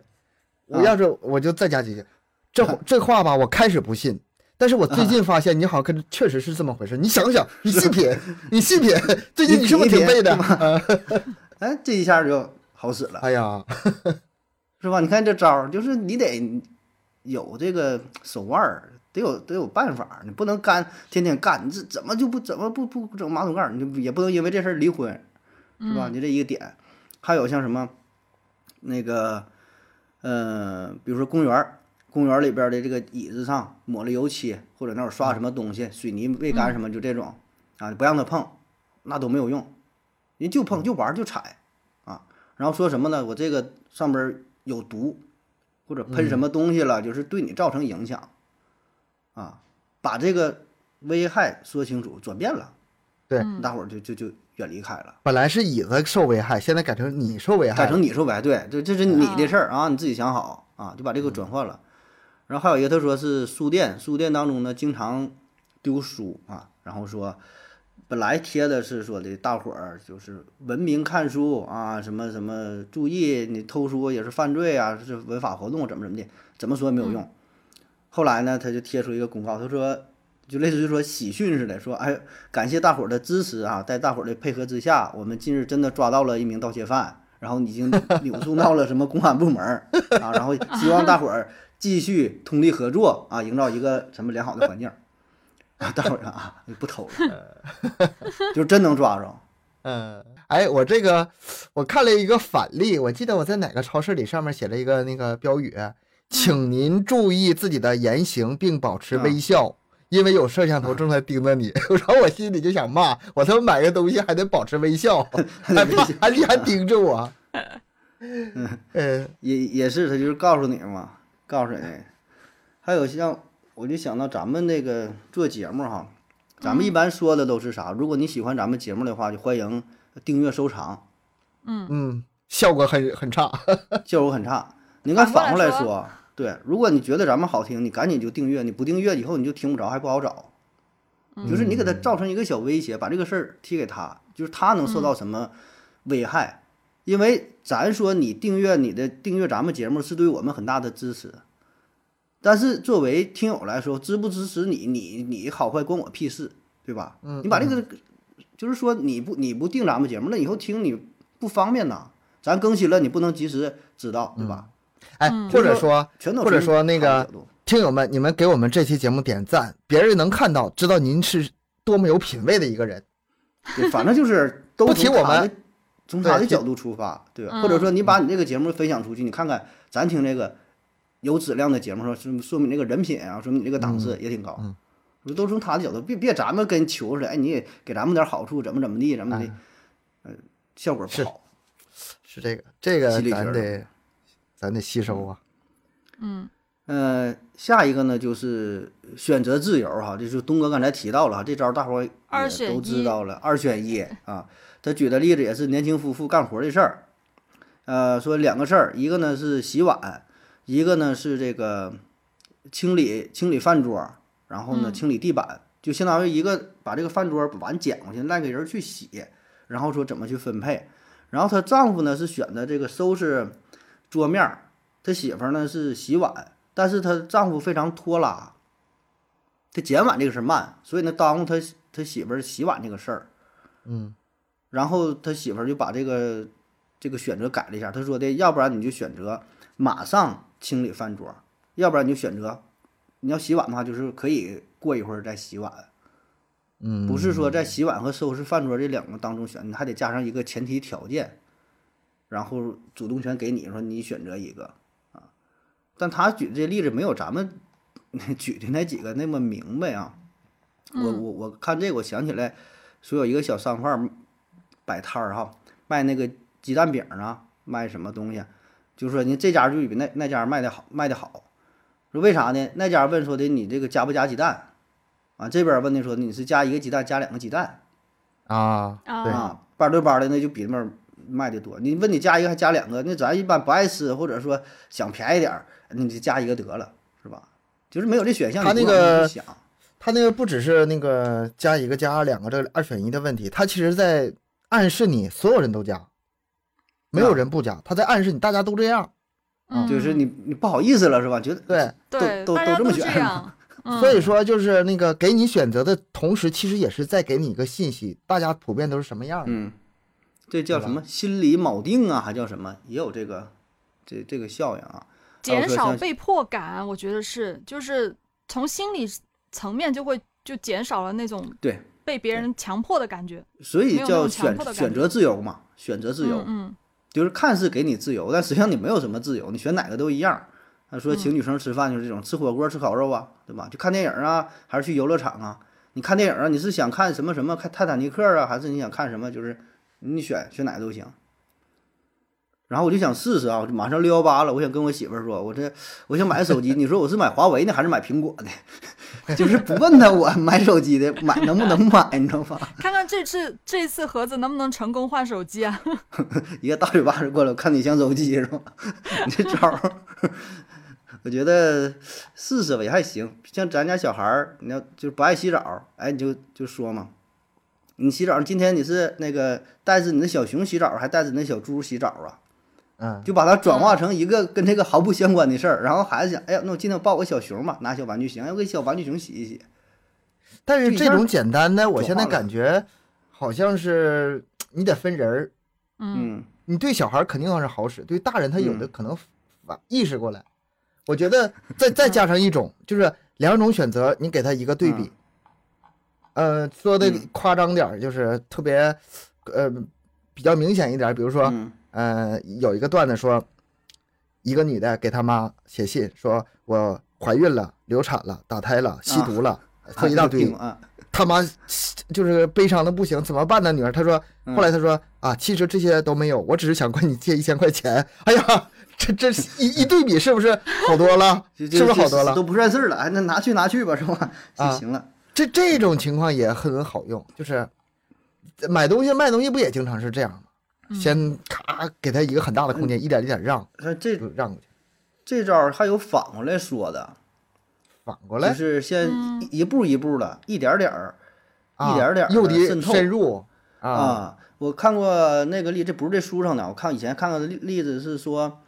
[SPEAKER 2] 我要是我就再加几句，这 话这话吧，我开始不信，但是我最近发现你好像跟确实是这么回事。你想想，你信 品，你信品，最近你是不是挺背的？
[SPEAKER 1] 哎，这一下就好使了，
[SPEAKER 2] 哎呀，
[SPEAKER 1] 是吧？你看这招儿，就是你得有这个手腕儿，得有得有办法儿，你不能干天天干，你这怎么就不怎么不不不整马桶盖儿？你就也不能因为这事儿离婚，是吧？
[SPEAKER 3] 嗯
[SPEAKER 1] 你这一个点，还有像什么那个，呃，比如说公园儿，公园儿里边儿的这个椅子上抹了油漆，或者那会儿刷什么东西，水泥未干什么，就这种啊，不让他碰，那都没有用，人就碰就玩儿就踩啊，然后说什么呢？我这个上边儿有毒，或者喷什么东西了，就是对你造成影响，啊，把这个危害说清楚，转变了，
[SPEAKER 2] 对
[SPEAKER 3] 嗯
[SPEAKER 1] 大伙儿就就就远离开了。
[SPEAKER 2] 本来是椅子受危害，现在改成你受危害
[SPEAKER 1] 改
[SPEAKER 2] 了。
[SPEAKER 1] 成你说白，对，这这是你的事儿啊，你自己想好啊，就把这个转换了。然后还有一个，他说是书店，书店当中呢经常丢书啊，然后说本来贴的是说的大伙儿就是文明看书啊，什么什么注意你偷书也是犯罪啊，是违法活动怎么怎么的，怎么说也没有用。后来呢，他就贴出一个公告，他说就类似于说喜讯似的，说哎，感谢大伙儿的支持啊， 在大伙儿的配合之下，我们近日真的抓到了一名盗窃犯， 然后已经扭送到了什么公安部门儿 啊，然后希望大伙儿继续通力合作啊，营造一个什么良好的环境 儿。啊，大伙儿啊， 不偷了， 就真能抓着。
[SPEAKER 2] 嗯，哎，我这个我看了一个反例，我记得我在哪个超市里上面写了一个那个标语，请您注意自己的言行并保持微笑，因为有摄像头正在盯着你。然后我心里就想骂，我他妈买个东西还得保持微笑，还怕还还盯着我。嗯，
[SPEAKER 1] 也也是，他就是告诉你嘛，告诉你。还有像，我就想到咱们那个做节目哈，咱们一般说的都是啥？如果你喜欢咱们节目的话，就欢迎订阅、收藏，
[SPEAKER 2] 嗯，效果很很差。
[SPEAKER 1] 效果很差。你应该反
[SPEAKER 3] 反
[SPEAKER 1] 过
[SPEAKER 3] 过
[SPEAKER 1] 来
[SPEAKER 3] 来
[SPEAKER 1] 说，对，如果你觉得咱们好听，你赶紧就订阅，你不订阅以后你就听不着，还不好找。就是你给他造成一个小威胁，把这个事儿踢给他，就是他能受到什么危害？因为咱说你订阅你的订阅咱们节目是对我们很大的支持，但是作为听友来说，支不支持你，你你好坏关我屁事，对吧？
[SPEAKER 2] 嗯
[SPEAKER 1] 你把这个就是说你不你不订咱们节目，那以后听你不方便呐。咱更新了，你不能及时知道，对吧？
[SPEAKER 2] 哎，
[SPEAKER 3] 嗯
[SPEAKER 2] 或者说
[SPEAKER 1] 全都
[SPEAKER 2] 或者说那个
[SPEAKER 1] 从这角度
[SPEAKER 2] 听友们，你们给我们这期节目点赞，别人能看到，知道您是多么有品位的一个人。
[SPEAKER 1] 对，反正就是都
[SPEAKER 2] 不提
[SPEAKER 1] 从
[SPEAKER 2] 我
[SPEAKER 1] 他
[SPEAKER 2] 们
[SPEAKER 1] 的，从他
[SPEAKER 2] 对
[SPEAKER 1] 的
[SPEAKER 2] 提
[SPEAKER 1] 角度出发，对吧？
[SPEAKER 3] 嗯
[SPEAKER 1] 或者说你把你这个节目分享出去，你看看咱听这个有质量的节目的时候，说说明这个人品啊，说明你这个档次也挺高。
[SPEAKER 2] 嗯
[SPEAKER 1] 都从他的角度，别别咱们跟求似的，哎，你也给咱们点好处，怎么怎么地，怎么的，
[SPEAKER 2] 哎
[SPEAKER 1] 呃，效果不
[SPEAKER 2] 是
[SPEAKER 1] 好。
[SPEAKER 2] 是这个，这个
[SPEAKER 1] 犀利
[SPEAKER 2] 咱
[SPEAKER 1] 劲儿
[SPEAKER 2] 得咱得吸收啊。
[SPEAKER 3] 嗯
[SPEAKER 1] 呃，下一个呢就是选择自由哈，这就是东哥刚才提到了哈，这招大伙儿
[SPEAKER 3] 二
[SPEAKER 1] 也
[SPEAKER 3] 选
[SPEAKER 1] 都知
[SPEAKER 3] 一
[SPEAKER 1] 道了，二选一啊。他举的例子也是年轻夫妇干活的事儿，呃，说两个事儿，一个呢是洗碗，一个呢是这个清理清理饭桌，然后呢
[SPEAKER 3] 嗯
[SPEAKER 1] 清理地板，就相当于一个把这个饭桌碗捡过去，赖个人去洗，然后说怎么去分配。然后她丈夫呢是选择这个收拾桌面儿，她媳妇儿呢是洗碗，但是她丈夫非常拖拉，她捡碗这个事儿慢，所以呢耽误她她媳妇儿洗碗这个事儿。
[SPEAKER 2] 嗯，
[SPEAKER 1] 然后他媳妇儿就把这个这个选择改了一下，他说的，要不然你就选择马上清理饭桌，要不然你就选择你要洗碗的话，就是可以过一会儿再洗碗，
[SPEAKER 2] 嗯，
[SPEAKER 1] 不是说在洗碗和收拾饭桌这两个当中选，你还得加上一个前提条件，然后主动权给你说你选择一个啊。但他举这例子没有咱们 举的那几个那么明白啊。我我我看这个，我想起来说有一个小商贩儿摆摊儿哈，卖那个鸡蛋饼儿啊，卖什么东西，就说你这家就比那那家卖的好，卖的好。说为啥呢？那家问说的你这个加不加鸡蛋？啊，这边问的说你是加一个鸡蛋，加两个鸡蛋
[SPEAKER 2] 啊，对
[SPEAKER 3] 啊，
[SPEAKER 1] 啊，半对半的那就比那边卖的多。你问你加一个还加两个，那咱一般不爱吃，或者说想便宜点儿，你就加一个得了，是吧？就是没有这选项，
[SPEAKER 2] 他
[SPEAKER 1] 你
[SPEAKER 2] 那
[SPEAKER 1] 不往那
[SPEAKER 2] 个
[SPEAKER 1] 去想，
[SPEAKER 2] 他那个不只是那个加一个加两个这个二选一的问题，他其实在暗示你所有人都加，没
[SPEAKER 1] 啊
[SPEAKER 2] 有人不加，他在暗示你大家都这样。
[SPEAKER 3] 嗯，
[SPEAKER 1] 就是你你不好意思了是吧？觉得
[SPEAKER 2] 对，
[SPEAKER 3] 对，
[SPEAKER 1] 都
[SPEAKER 3] 大家
[SPEAKER 1] 都这
[SPEAKER 3] 都
[SPEAKER 1] 么卷
[SPEAKER 3] 样，嗯
[SPEAKER 2] 所以说就是那个给你选择的同时，其实也是在给你一个信息，大家普遍都是什么样的。
[SPEAKER 1] 嗯，这叫
[SPEAKER 2] 对吧
[SPEAKER 1] 什么心理锚定啊，还叫什么？也有这个这这个效应啊。
[SPEAKER 3] 减
[SPEAKER 1] 还有说
[SPEAKER 3] 少
[SPEAKER 1] 像
[SPEAKER 3] 被迫感，我觉得是，就是从心理层面就会就减少了那种
[SPEAKER 1] 对，
[SPEAKER 3] 被别人强迫的感觉。
[SPEAKER 1] 所以
[SPEAKER 3] 没有那
[SPEAKER 1] 叫
[SPEAKER 3] 种强
[SPEAKER 1] 选
[SPEAKER 3] 迫的感
[SPEAKER 1] 选
[SPEAKER 3] 觉
[SPEAKER 1] 择自由嘛，选择自由。
[SPEAKER 3] 嗯
[SPEAKER 1] 就是看似给你自由，但实际上你没有什么自由，你选哪个都一样。他说请女生吃饭就是这种，吃火锅、吃烤肉啊，对吧？就看电影啊，还是去游乐场啊？你看电影啊，你是想看什么什么？看《泰坦尼克》啊，还是你想看什么？就是你选选哪个都行。然后我就想试试啊，我就马上六幺八了，我想跟我媳妇儿说，我这我想买个手机，你说我是买华为呢还是买苹果的？ 就是不问他我买手机的买能不能买，你知道吧？
[SPEAKER 3] 嗯，看看这次这次盒子能不能成功换手机啊？
[SPEAKER 1] 一个大嘴巴子过来，我看你像手机是吧？你这招儿，我觉得试试吧，也还行。像咱家小孩儿，你要就是不爱洗澡，哎，你就就说嘛，你洗澡，今天你是那个带着你的小熊洗澡，还带着你的小猪洗澡啊？
[SPEAKER 2] 嗯，
[SPEAKER 1] 就把它转化成一个跟这个毫不相关的事儿，然后孩子想，哎呀，那我今天我抱个小熊吧，拿小玩具熊，哎，我给小玩具熊洗一洗。
[SPEAKER 2] 但是
[SPEAKER 1] 就一
[SPEAKER 2] 这
[SPEAKER 1] 下
[SPEAKER 2] 种简单的，我
[SPEAKER 1] 转
[SPEAKER 2] 现
[SPEAKER 1] 化
[SPEAKER 2] 在
[SPEAKER 1] 了
[SPEAKER 2] 感觉好像是你得分人儿，
[SPEAKER 3] 嗯，
[SPEAKER 1] 嗯，
[SPEAKER 2] 你对小孩儿肯定要是好使，对大人他有的
[SPEAKER 1] 嗯
[SPEAKER 2] 可能反意识过来。我觉得 再再加上一种，就是两种选择，你给他一个对比。呃，说的
[SPEAKER 1] 嗯
[SPEAKER 2] 夸张点儿，就是特别，呃，比较明显一点儿，比如说，
[SPEAKER 1] 嗯
[SPEAKER 2] 呃，有一个段子说，一个女的给她妈写信说，我怀孕了，流产了，打胎了，吸毒了，说一大
[SPEAKER 1] 啊啊这
[SPEAKER 2] 堆
[SPEAKER 1] 个。啊，
[SPEAKER 2] 他妈就是悲伤的不行，怎么办呢？女儿，她说，
[SPEAKER 1] 嗯
[SPEAKER 2] 后来她说啊，其实这些都没有，我只是想管你借一千块钱。哎呀，这这一一对比，是不是好多 了？
[SPEAKER 1] 就是
[SPEAKER 2] 不是好多了
[SPEAKER 1] 都？不算事儿了，哎，那拿去拿去吧，是吧？就
[SPEAKER 2] 啊
[SPEAKER 1] 行了。
[SPEAKER 2] 这这种情况也很好用，就是买东西卖东西不也经常是这样吗？
[SPEAKER 3] 嗯
[SPEAKER 2] 先咔给他一个很大的空
[SPEAKER 1] 嗯
[SPEAKER 2] 间，一点一点让
[SPEAKER 1] 那这
[SPEAKER 2] 让过去，
[SPEAKER 1] 这招儿还有反过来说的，
[SPEAKER 2] 反过
[SPEAKER 1] 就
[SPEAKER 2] 来
[SPEAKER 1] 是先
[SPEAKER 3] 嗯
[SPEAKER 1] 一一步一步的，一点儿点儿
[SPEAKER 2] 啊
[SPEAKER 1] 一点儿点儿地
[SPEAKER 2] 诱敌
[SPEAKER 1] 渗透
[SPEAKER 2] 深入啊，
[SPEAKER 1] 啊。我看过那个例，这不是这书上的，我看以前看过的例例子是说，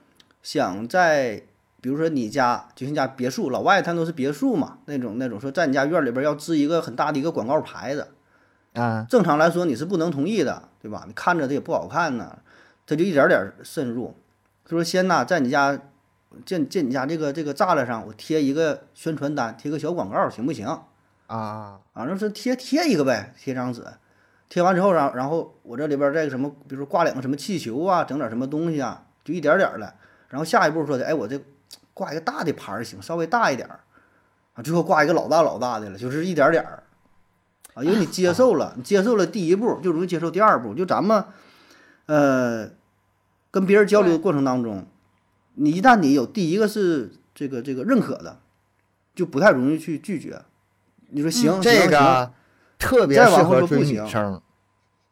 [SPEAKER 1] 想在比如说你家就像你家别墅，老外他都是别墅嘛，那种那种说在你家院里边要支一个很大的一个广告牌子，
[SPEAKER 2] 啊，
[SPEAKER 1] 正常来说你是不能同意的，对吧？你看着它也不好看呢，它就一点儿点儿渗入。他说先呐，在你家建建你家这个这个栅栏上，我贴一个宣传单，贴个小广告，行不行？
[SPEAKER 2] 啊，
[SPEAKER 1] 反正是贴贴一个呗，贴张纸，贴完之后，然后然后我这里边再个什么，比如说挂两个什么气球啊，整点什么东西啊，就一点点儿的。然后下一步说的，哎，我这挂一个大的牌儿行，稍微大一点儿啊，最后挂一个老大老大的了，就是一点点儿啊，因为你接受了，你接受了第一步，就容易接受第二步。就咱们呃跟别人交流的
[SPEAKER 3] 对
[SPEAKER 1] 过程当中，你一旦你有第一个是这个这个认可的，就不太容易去拒绝。你说行，行
[SPEAKER 2] 嗯这
[SPEAKER 1] 行
[SPEAKER 2] 个特别
[SPEAKER 1] 再
[SPEAKER 2] 适
[SPEAKER 1] 往后
[SPEAKER 2] 合
[SPEAKER 1] 说
[SPEAKER 2] 追
[SPEAKER 1] 不
[SPEAKER 2] 女
[SPEAKER 1] 行
[SPEAKER 2] 生，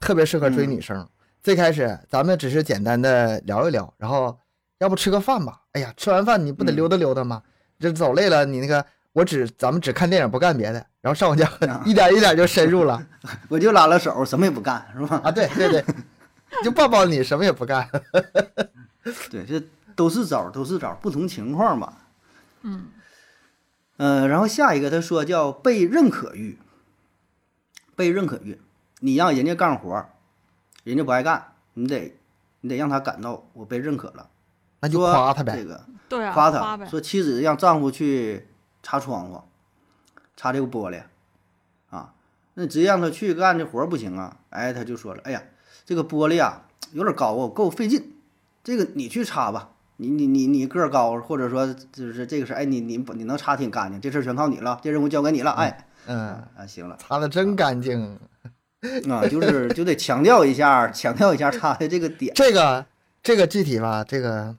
[SPEAKER 2] 特别适合追
[SPEAKER 1] 嗯
[SPEAKER 2] 女生。最开始咱们只是简单的聊一聊，然后要不吃个饭吧？哎呀，吃完饭你不得
[SPEAKER 1] 嗯
[SPEAKER 2] 溜达溜达吗？这走累了，你那个我只咱们只看电影不干别的，然后上我家
[SPEAKER 1] 啊
[SPEAKER 2] 一点一点就深入了
[SPEAKER 1] 我就拉拉手，什么也不干， 是吧？
[SPEAKER 2] 啊！对对对， 就抱抱你，什么也不干。
[SPEAKER 1] 对，这都是招儿，都是招儿，不同情况吧。
[SPEAKER 3] 嗯
[SPEAKER 1] 嗯、然后下一个他说叫被认可欲，被认可欲，你让人家干活儿，人家不爱干，你得你得让他感到我被认可了，
[SPEAKER 2] 那就
[SPEAKER 1] 说
[SPEAKER 2] 夸他呗
[SPEAKER 1] 这，个
[SPEAKER 3] 对啊，
[SPEAKER 1] 夸
[SPEAKER 3] 花
[SPEAKER 1] 他
[SPEAKER 3] 呗，
[SPEAKER 1] 说妻子让丈夫去擦窗户，擦这个玻璃，啊，那你直接让他去干这活儿不行啊？哎，他就说了，哎呀，这个玻璃啊有点高啊，我够费劲，这个你去擦吧，你你你你个儿高，或者说就是这个事儿，哎，你你你能擦挺干净，这事儿全靠你了，这任务交给你了，哎，
[SPEAKER 2] 嗯，
[SPEAKER 1] 啊，行了，
[SPEAKER 2] 擦的真干净。
[SPEAKER 1] 啊，就是 就得强调一下，强调一下他的这个点，
[SPEAKER 2] 这个这个具体吧，这个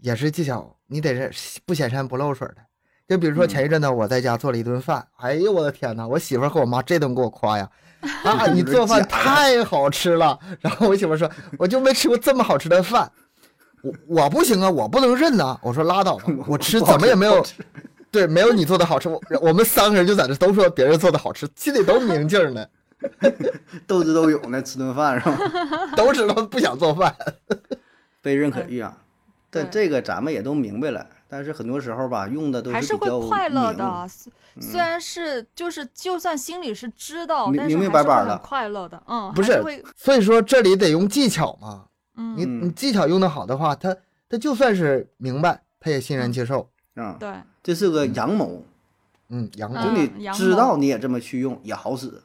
[SPEAKER 2] 也是技巧，你得是不显山不漏水的。就比如说前一阵子我在家做了一 顿饭，哎呦我的天呐，我媳妇儿和我妈这顿给我夸呀，啊你做饭太好吃了。然后我媳妇儿说，我就没吃过这么好吃的饭。我我不行啊，我不能认呐、我说拉倒吧
[SPEAKER 1] 我，
[SPEAKER 2] 我吃
[SPEAKER 1] 不好
[SPEAKER 2] 怎么也没有
[SPEAKER 1] 吃，
[SPEAKER 2] 对，没有你做的好吃。我我们三个人就在这都说别人做的好吃，心里都明镜呢，
[SPEAKER 1] 斗智斗勇的吃顿饭是吧？
[SPEAKER 2] 都知道不想做饭。
[SPEAKER 1] 被认可欲啊，但
[SPEAKER 3] 对
[SPEAKER 1] 这个咱们也都明白了。但是很多时候吧，用的都
[SPEAKER 3] 还是
[SPEAKER 1] 比
[SPEAKER 3] 会
[SPEAKER 1] 较
[SPEAKER 3] 快乐
[SPEAKER 1] 拧
[SPEAKER 3] 的。虽虽然是就是，就算心里是知道，
[SPEAKER 1] 明
[SPEAKER 3] 但是
[SPEAKER 1] 明
[SPEAKER 3] 还
[SPEAKER 1] 明白
[SPEAKER 3] 是
[SPEAKER 1] 白
[SPEAKER 3] 会
[SPEAKER 1] 的
[SPEAKER 3] 很快乐的。嗯，
[SPEAKER 2] 不
[SPEAKER 3] 还
[SPEAKER 2] 是
[SPEAKER 3] 会，
[SPEAKER 2] 所以说这里得用技巧嘛。你
[SPEAKER 3] 嗯，
[SPEAKER 2] 你技巧用的好的话，他他就算是明白，他也欣然接受。
[SPEAKER 1] 啊、嗯，
[SPEAKER 3] 对，
[SPEAKER 1] 这是个阳谋，
[SPEAKER 2] 嗯，阳
[SPEAKER 1] 就
[SPEAKER 2] 光
[SPEAKER 3] 嗯
[SPEAKER 1] 你
[SPEAKER 3] 阳
[SPEAKER 1] 知
[SPEAKER 3] 谋
[SPEAKER 1] 道你也这么去用也好使。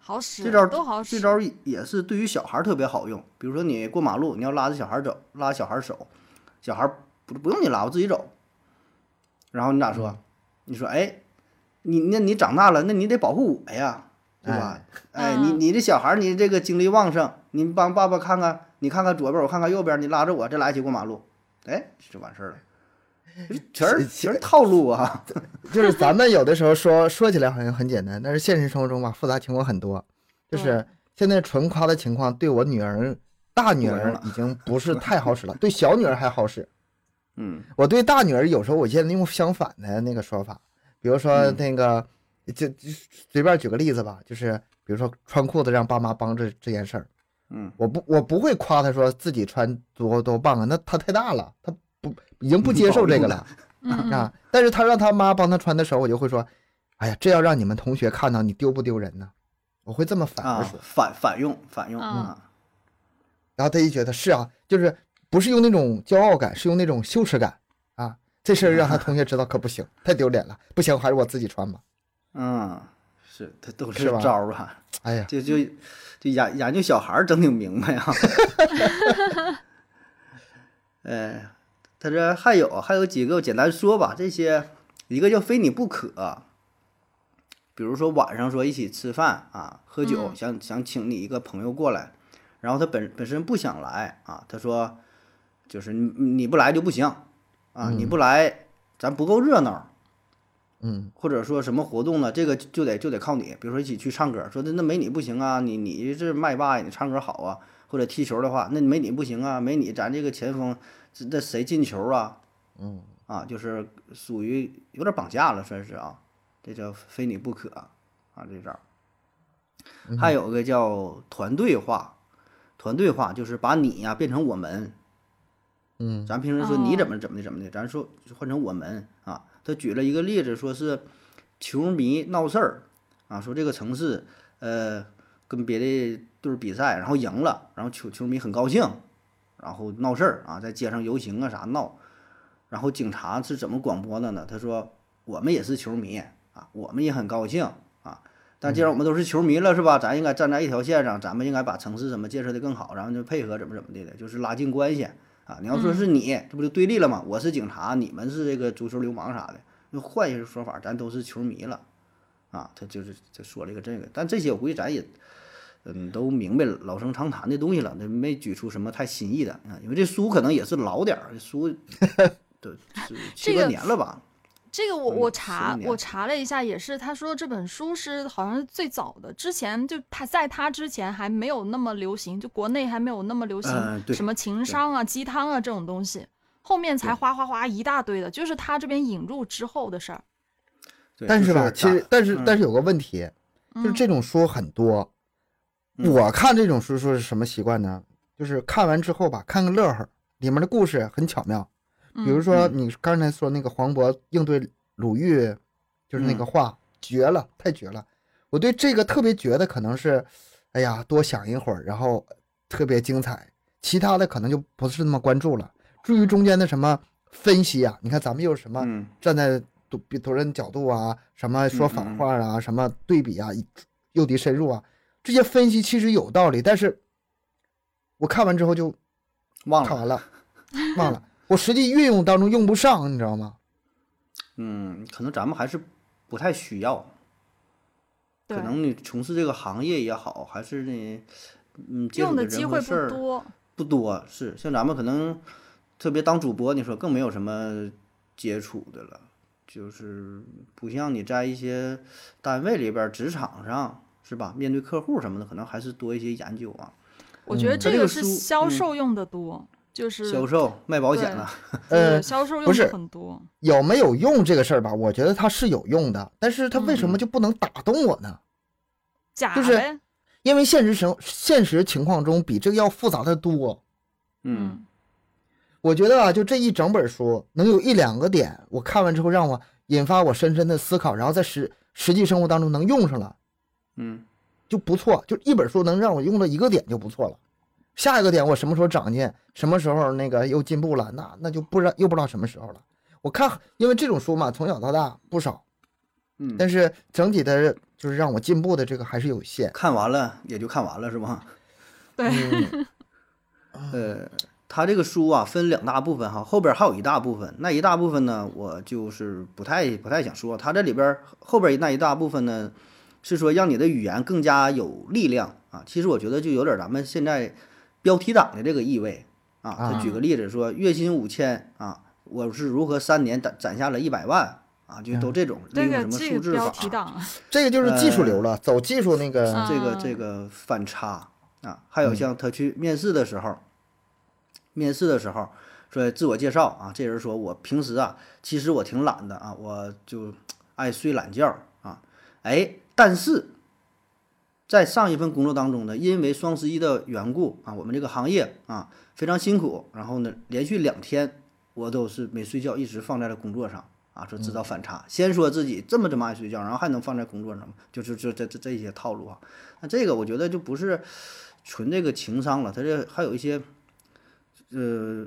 [SPEAKER 3] 好使，
[SPEAKER 1] 这招
[SPEAKER 3] 都好使。
[SPEAKER 1] 这招也是对于小孩儿特别好用。比如说你过马路，你要拉着小孩儿走，拉小孩儿手，小孩儿不不用你拉，我自己走。然后你咋说？你说哎，你那你长大了，那你得保护我呀，对吧？哎，你
[SPEAKER 3] 嗯
[SPEAKER 1] 你这小孩儿，你这个精力旺盛，你帮爸爸看看，你看看左边，我看看右边，你拉着我，咱俩一起过马路，哎，就完事儿了。全是全是套路啊！
[SPEAKER 2] 就是咱们有的时候说说起来好像很简单，但是现实生活中吧，复杂情况很多。就是现在纯夸的情况，对我女儿大女
[SPEAKER 1] 不能
[SPEAKER 2] 儿
[SPEAKER 1] 了
[SPEAKER 2] 已经不 是太好使了，对小女儿还好使。
[SPEAKER 1] 嗯
[SPEAKER 2] 我对大女儿有时候我现在用相反的那个说法，比如说
[SPEAKER 1] 嗯
[SPEAKER 2] 那个，就就随便举个例子吧，就是比如说穿裤子让爸妈帮这这件事儿，
[SPEAKER 1] 嗯，
[SPEAKER 2] 我不我不会夸她说自己穿多多棒啊，那她太大了，她不已经不接受这个了。
[SPEAKER 3] 嗯嗯
[SPEAKER 2] 啊，但是他让他妈帮他穿的时候，我就会说，哎呀，这要让你们同学看到，你丢不丢人呢？我会这么反着
[SPEAKER 1] 啊
[SPEAKER 2] 说。，
[SPEAKER 1] 反反用反用
[SPEAKER 3] 嗯
[SPEAKER 1] 啊，
[SPEAKER 2] 然后他一觉得是啊，就是不是用那种骄傲感，是用那种羞耻感啊。这事儿让他同学知道可不行，太丢脸了，不行，还是我自己穿吧。
[SPEAKER 1] 嗯，是，这都
[SPEAKER 2] 是
[SPEAKER 1] 是
[SPEAKER 2] 吧
[SPEAKER 1] 招儿啊。
[SPEAKER 2] 哎呀，
[SPEAKER 1] 就 就就研研究小孩儿整挺明白啊。 呃，他这还有还有几个，我简单说吧。这些一个叫非你不可，比如说晚上说一起吃饭啊，喝酒，
[SPEAKER 3] 嗯
[SPEAKER 1] 想想请你一个朋友过来，然后他本本身不想来啊，他说就是你你不来就不行啊，你
[SPEAKER 2] 嗯
[SPEAKER 1] 不来咱不够热闹。
[SPEAKER 2] 嗯
[SPEAKER 1] 或者说什么活动呢？这个就得就得靠你，比如说一起去唱歌，说那那没你不行啊，你你是麦霸呀，你唱歌好啊，或者踢球的话，那没你不行啊，没你咱这个前锋这这谁进球啊？
[SPEAKER 2] 嗯，
[SPEAKER 1] 啊，就是属于有点绑架了，算是啊，这叫非你不可啊，这招儿。还有个叫团队化，团队化就是把你呀、变成我们，
[SPEAKER 2] 嗯
[SPEAKER 1] 咱平时说你
[SPEAKER 3] 哦
[SPEAKER 1] 怎么怎么的怎么的，咱说换成我们啊。他举了一个例子，说是球迷闹事儿啊，说这个城市呃跟别的队儿比赛，然后赢了，然后球球迷很高兴，然后闹事儿啊，在街上游行啊啥闹，然后警察是怎么广播的呢？他说我们也是球迷啊，我们也很高兴啊。但
[SPEAKER 3] 嗯
[SPEAKER 1] 既然我们都是球迷了，是吧？咱应该站在一条线上，咱们应该把城市怎么建设的更好，然后就配合怎么怎么地的，就是拉近关系啊。你要
[SPEAKER 3] 嗯
[SPEAKER 1] 说是你，这不就对立了吗？我是警察，你们是这个足球流氓啥的。那换一个说法，咱都是球迷了啊。他就是就说了一个这个，但这些我估计咱也嗯，都明白老生常谈的东西了，那没举出什么太新意的啊，因为这书可能也是老点儿，这 书都是七
[SPEAKER 3] 这
[SPEAKER 1] 八
[SPEAKER 3] 个
[SPEAKER 1] 年了吧？
[SPEAKER 3] 这个我
[SPEAKER 1] 嗯
[SPEAKER 3] 我
[SPEAKER 1] 十
[SPEAKER 3] 查
[SPEAKER 1] 几年
[SPEAKER 3] 我查了一下，也是他说这本书是好像是最早的，之前就他在他之前还没有那么流行，就国内还没有那么流
[SPEAKER 1] 嗯
[SPEAKER 3] 行
[SPEAKER 1] 对
[SPEAKER 3] 什么情商啊、鸡汤啊这种东西，后面才哗哗哗一大堆的，就是他这边引入之后的事儿。
[SPEAKER 1] 对
[SPEAKER 2] 但
[SPEAKER 1] 就是
[SPEAKER 2] 吧，其实但是
[SPEAKER 1] 嗯
[SPEAKER 2] 但是有个问题，就是
[SPEAKER 3] 嗯
[SPEAKER 2] 这种书很多。
[SPEAKER 1] 嗯
[SPEAKER 2] 我看这种书书是什么习惯呢？就是看完之后吧，看个乐呵儿，里面的故事很巧妙。
[SPEAKER 3] 嗯
[SPEAKER 2] 比如说你刚才说那个黄渤应对鲁豫，就是那个话、绝了，太绝了。我对这个特别绝的可能是，哎呀，多想一会儿，然后特别精彩。其他的可能就不是那么关注了。至于中间的什么分析啊，你看咱们又是什么
[SPEAKER 1] 嗯
[SPEAKER 2] 站在多别多人角度啊，什么说反话啊，什么对比啊，诱敌深入啊，这些分析其实有道理，但是我看完之后就
[SPEAKER 1] 忘
[SPEAKER 2] 看
[SPEAKER 1] 了，
[SPEAKER 2] 完了，忘了，我实际运用当中用不上，你知道吗？
[SPEAKER 1] 嗯，可能咱们还是不太需要，
[SPEAKER 3] 对
[SPEAKER 1] 可能你从事这个行业也好，还是呢，嗯，接触
[SPEAKER 3] 用的
[SPEAKER 1] 人
[SPEAKER 3] 机
[SPEAKER 1] 和
[SPEAKER 3] 会
[SPEAKER 1] 事
[SPEAKER 3] 不
[SPEAKER 1] 儿
[SPEAKER 3] 多，
[SPEAKER 1] 不多，是像咱们可能特别当主播，你说更没有什么接触的了，就是不像你在一些单位里边儿、职场上是吧？面对客户什么的，可能还是多一些研究啊。
[SPEAKER 3] 我觉得
[SPEAKER 1] 它这
[SPEAKER 3] 个
[SPEAKER 1] 个
[SPEAKER 3] 是
[SPEAKER 1] 书
[SPEAKER 3] 销
[SPEAKER 1] 嗯
[SPEAKER 3] 售用的多，就是
[SPEAKER 1] 销售卖保险啊
[SPEAKER 3] 对
[SPEAKER 1] 的，
[SPEAKER 3] 对
[SPEAKER 2] 呃
[SPEAKER 3] 销售
[SPEAKER 2] 不
[SPEAKER 3] 用
[SPEAKER 2] 是
[SPEAKER 3] 的很多，
[SPEAKER 2] 有没有用这个事儿吧，我觉得它是有用的，但是它为什么就不能打动我呢？
[SPEAKER 3] 假
[SPEAKER 2] 就是
[SPEAKER 3] 呗，
[SPEAKER 2] 因为现实生现实情况中比这个要复杂的多。
[SPEAKER 1] 嗯，
[SPEAKER 2] 我觉得啊，就这一整本书能有一两个点，我看完之后让我引发我深深的思考，然后在实实际生活当中能用上了。
[SPEAKER 1] 嗯
[SPEAKER 2] 就不错，就一本书能让我用到一个点就不错了。下一个点我什么时候长进，什么时候那个又进步了，那那就不知道又不知道什么时候了。我看，因为这种书嘛，从小到大不少，
[SPEAKER 1] 嗯，
[SPEAKER 2] 但是整体的就是让我进步的这个还是有限。
[SPEAKER 1] 看完了也就看完了是吧？
[SPEAKER 3] 对，
[SPEAKER 2] 嗯，
[SPEAKER 1] 呃，他这个书啊分两大部分哈，后边还有一大部分，那一大部分呢，我就是不太不太想说。他这里边儿后边那一大部分呢，是说让你的语言更加有力量啊。其实我觉得就有点咱们现在标题党的这个意味啊。他
[SPEAKER 2] 啊
[SPEAKER 1] 举个例子说，月薪五千啊，我是如何三年攒攒下了一百万啊，就都这种利
[SPEAKER 3] 这
[SPEAKER 1] 用
[SPEAKER 3] 个
[SPEAKER 1] 什么
[SPEAKER 3] 这
[SPEAKER 1] 数
[SPEAKER 3] 个
[SPEAKER 1] 字法
[SPEAKER 3] 标，题党，
[SPEAKER 2] 这个就是技术流了，走技术那个。
[SPEAKER 3] 啊
[SPEAKER 1] 这个这个反差啊，还有像他去面试的时候，面试的时候说自我介绍啊，这人说我平时啊，其实我挺懒的啊，我就爱睡懒觉啊，哎，但是在上一份工作当中呢，因为双十一的缘故啊，我们这个行业啊非常辛苦，然后呢，连续两天我都是没睡觉，一直放在了工作上。啊，说制造反差，先说自己这么这么爱睡觉，然后还能放在工作上，就是这这这这些套路啊。那这个我觉得就不是纯这个情商了，他这还有一些呃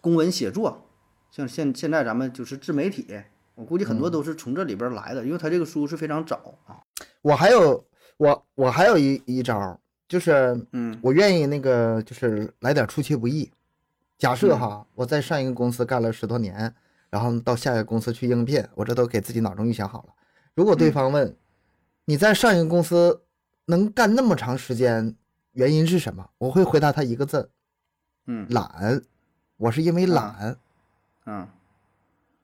[SPEAKER 1] 公文写作，像现现在咱们就是自媒体，我估计很多
[SPEAKER 2] 嗯
[SPEAKER 1] 都是从这里边儿来的，因为他这个书是非常早啊。
[SPEAKER 2] 我还有我我还有一一招，就是
[SPEAKER 1] 嗯
[SPEAKER 2] 我愿意那个就是来点出其不意。假
[SPEAKER 1] 嗯
[SPEAKER 2] 设哈，我在上一个公司干了十多年，然后到下一个公司去应聘，我这都给自己脑中预想好了。如果对
[SPEAKER 1] 嗯
[SPEAKER 2] 方问、你在上一个公司能干那么长时间，原因是什么？我会回答他一个字：
[SPEAKER 1] 嗯
[SPEAKER 2] 懒。我是因为
[SPEAKER 1] 啊
[SPEAKER 2] 懒。
[SPEAKER 1] 嗯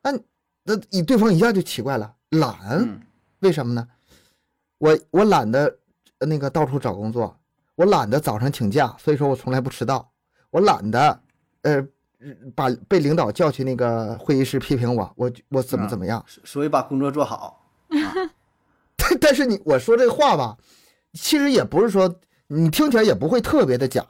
[SPEAKER 2] 那你对方一下就奇怪了，懒
[SPEAKER 1] 嗯
[SPEAKER 2] 为什么呢？我我懒得呃那个到处找工作，我懒得早上请假，所以说我从来不迟到，我懒得呃把被领导叫去那个会议室批评我，我我怎么
[SPEAKER 1] 啊
[SPEAKER 2] 怎么样？
[SPEAKER 1] 所所以把工作做好。
[SPEAKER 2] 但但是你我说这话吧，其实也不是说你听起来也不会特别的假，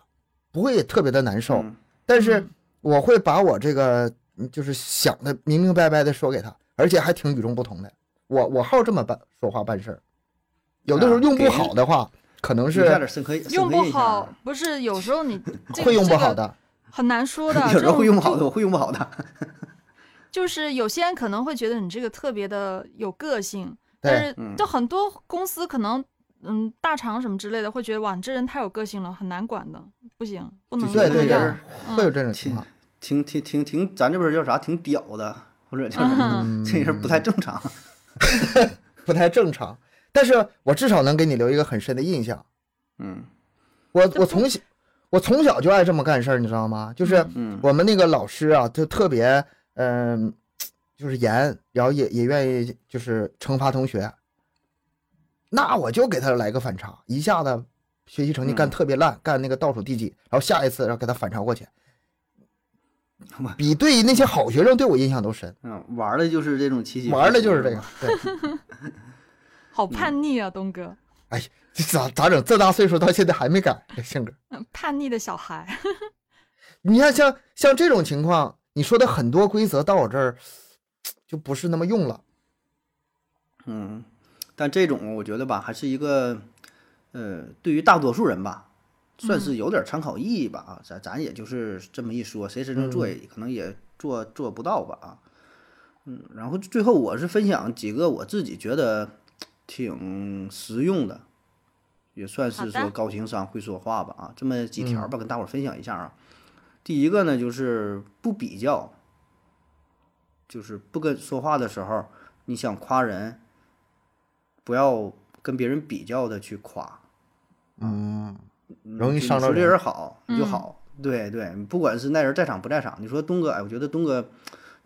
[SPEAKER 2] 不会特别的难受，
[SPEAKER 1] 嗯
[SPEAKER 2] 但是我会把我这个嗯就是想的明明白白的说给他，而且还挺与众不同的。我我好这么办说话办事儿，有的时候
[SPEAKER 1] 啊
[SPEAKER 2] 用不
[SPEAKER 1] 给
[SPEAKER 2] 好的话，可能
[SPEAKER 1] 留下点
[SPEAKER 2] 是
[SPEAKER 1] 深刻深刻
[SPEAKER 3] 用不
[SPEAKER 1] 印象
[SPEAKER 3] 好
[SPEAKER 1] 啊，，
[SPEAKER 3] 不是有时候你这
[SPEAKER 2] 会用不
[SPEAKER 3] 这
[SPEAKER 2] 好
[SPEAKER 3] 个
[SPEAKER 2] 的。
[SPEAKER 3] 很难说的
[SPEAKER 1] 有
[SPEAKER 3] 这
[SPEAKER 1] 人
[SPEAKER 3] 种
[SPEAKER 1] 会用不
[SPEAKER 3] 啊就
[SPEAKER 1] 好的，我会用不好的。
[SPEAKER 3] 就是有些人可能会觉得你这个特别的有个性，但
[SPEAKER 2] 对，
[SPEAKER 3] 是
[SPEAKER 1] 嗯
[SPEAKER 3] 就很多公司可能，嗯，大厂什么之类的会觉得哇，你这人太有个性了，很难管的，不行，不能
[SPEAKER 1] 就
[SPEAKER 2] 对
[SPEAKER 1] 觉得
[SPEAKER 2] 对
[SPEAKER 1] 这嗯
[SPEAKER 3] 这
[SPEAKER 1] 人
[SPEAKER 3] 样。
[SPEAKER 2] 对
[SPEAKER 1] 儿，
[SPEAKER 2] 会有这种情况。
[SPEAKER 1] 挺挺挺挺，咱这边儿叫啥？挺屌的，或者就是
[SPEAKER 3] 嗯
[SPEAKER 1] 这人不太正常。
[SPEAKER 2] 不太正常。但是我至少能给你留一个很深的印象。
[SPEAKER 1] 嗯
[SPEAKER 2] 我
[SPEAKER 3] 这
[SPEAKER 2] 我
[SPEAKER 3] 不
[SPEAKER 2] 从小我从小就爱这么干事儿，你知道吗？就是
[SPEAKER 3] 嗯
[SPEAKER 1] 嗯
[SPEAKER 2] 我们那个老师啊，就特别嗯、就是严，然后也也愿意就是惩罚同学。那我就给他来个反差，一下子学习成绩干
[SPEAKER 1] 嗯
[SPEAKER 2] 特别烂，干那个倒数第几，然后下一次然后给他反超过去
[SPEAKER 1] 我，
[SPEAKER 2] 比对那些好学生对我印象都深。
[SPEAKER 1] 嗯，玩儿的就是这种奇奇，
[SPEAKER 2] 玩儿的就是这个，， 对。
[SPEAKER 3] 好
[SPEAKER 1] 嗯
[SPEAKER 3] 叛逆啊，东哥，
[SPEAKER 2] 这咋咋整？这大岁数到现在还没改这性格。
[SPEAKER 3] 嗯叛逆的小孩，
[SPEAKER 2] 你看像像这种情况，你说的很多规则到我这儿就不是那么用了。
[SPEAKER 1] 嗯，但这种我觉得吧，还是一个，呃，对于大多数人吧，算是有点参考意义吧啊，咱咱也就是这么一说，谁身上做也可能也做做不到吧啊，嗯，然后最后我是分享几个我自己觉得挺实用的，也算
[SPEAKER 3] 好
[SPEAKER 1] 是
[SPEAKER 3] 的
[SPEAKER 1] 说高情商会说话吧啊，这么几
[SPEAKER 2] 嗯
[SPEAKER 1] 条吧，跟大伙儿分享一下啊。第一个呢，就是不比较，就是不跟说话的时候，你想夸人，不要跟别人比较的去夸，
[SPEAKER 2] 嗯，
[SPEAKER 1] 嗯
[SPEAKER 2] 容易
[SPEAKER 1] 就
[SPEAKER 2] 伤
[SPEAKER 1] 你
[SPEAKER 2] 着
[SPEAKER 1] 说这
[SPEAKER 2] 人
[SPEAKER 1] 人好你就
[SPEAKER 3] 嗯
[SPEAKER 1] 好，对对，你不管是那人在场不在场，你说东哥，哎，我觉得东哥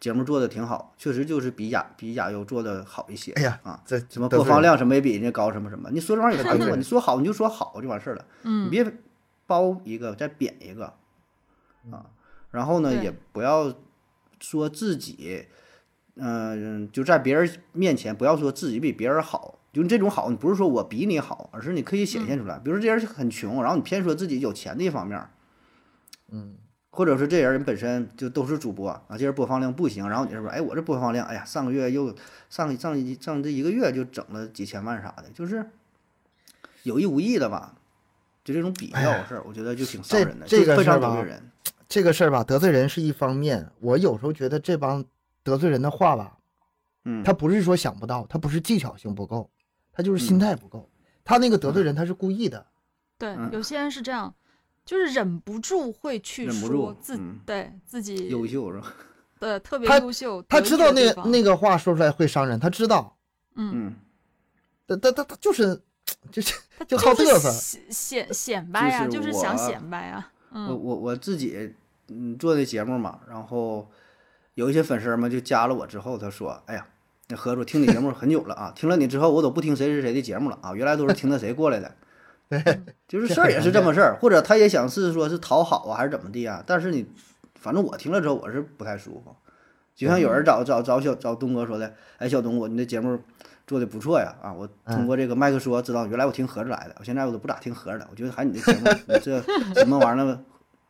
[SPEAKER 1] 节目做的挺好，确实就是比亚比亚优做的好一些。
[SPEAKER 2] 哎呀
[SPEAKER 1] 啊，
[SPEAKER 2] 这
[SPEAKER 1] 什么
[SPEAKER 2] 都
[SPEAKER 1] 播
[SPEAKER 2] 是
[SPEAKER 1] 放量什么也比人家高，什么什么，你说这玩意儿有啥用啊？
[SPEAKER 2] 对
[SPEAKER 1] 你说好你就说好就完事儿了，你
[SPEAKER 3] 嗯，
[SPEAKER 1] 别包一个再贬一个啊。然后呢，
[SPEAKER 3] 对
[SPEAKER 1] 也不要说自己，嗯、就在别人面前不要说自己比别人好，就这种好，你不是说我比你好，而是你可以显现出来。比如说这人很穷，然后你偏说自己有钱的一方面，
[SPEAKER 2] 嗯，
[SPEAKER 1] 或者是这人本身就都是主播啊，这人播放量不行，然后你这边哎，我这播放量，哎呀，上个月又上上一上这一个月就整了几千万啥的，就是有意无意的吧，就这种比较的事儿，我觉得就挺伤
[SPEAKER 2] 哎这
[SPEAKER 1] 人的，
[SPEAKER 2] 这
[SPEAKER 1] 就
[SPEAKER 2] 个
[SPEAKER 1] 非
[SPEAKER 2] 事儿
[SPEAKER 1] 常得
[SPEAKER 2] 吧
[SPEAKER 1] 罪人。
[SPEAKER 2] 这个事儿吧，得罪人是一方面，我有时候觉得这帮得罪人的话吧，
[SPEAKER 1] 嗯，
[SPEAKER 2] 他不是说想不到，他不是技巧性不够，他就是
[SPEAKER 1] 嗯
[SPEAKER 2] 心态不够。他那个得罪人，他是故意的。
[SPEAKER 3] 对
[SPEAKER 1] 嗯，
[SPEAKER 3] 有些人是这样，就是忍不住会去
[SPEAKER 1] 忍不
[SPEAKER 3] 说
[SPEAKER 1] 住
[SPEAKER 3] 自
[SPEAKER 1] 嗯
[SPEAKER 3] 对自己
[SPEAKER 1] 优秀是吧？
[SPEAKER 3] 对特别
[SPEAKER 2] 他
[SPEAKER 3] 优秀，
[SPEAKER 2] 他
[SPEAKER 3] 得
[SPEAKER 2] 知
[SPEAKER 3] 意的
[SPEAKER 2] 道
[SPEAKER 3] 地
[SPEAKER 2] 那
[SPEAKER 3] 方
[SPEAKER 2] 那个话说出来会伤人，他知道，
[SPEAKER 3] 嗯，
[SPEAKER 1] 嗯，
[SPEAKER 2] 他他他他就是，就是
[SPEAKER 3] 他
[SPEAKER 2] 就好
[SPEAKER 3] 是
[SPEAKER 2] 嘚瑟
[SPEAKER 3] 显显显摆啊，
[SPEAKER 1] 就
[SPEAKER 3] 就是是想
[SPEAKER 1] 我
[SPEAKER 3] 显摆啊，
[SPEAKER 1] 我
[SPEAKER 3] 嗯
[SPEAKER 1] 我我自己嗯做那节目嘛，然后有一些粉丝儿嘛就加了我之后，他说：“哎呀，那何主听你节目很久了啊，听了你之后我都不听谁谁谁的节目了啊，原来都是听那谁过来的。”就是事儿也是这么事儿，或者他也想是说是讨好啊，还是怎么地啊？但是你，反正我听了之后我是不太舒服。就像有人找找找小找东哥说的，哎，小东，我你的节目做的不错呀，啊，我通过这个麦克说知道，原来我听盒子来的，我现在我都不咋听盒子了，我觉得还你这节目，你这什么玩意儿，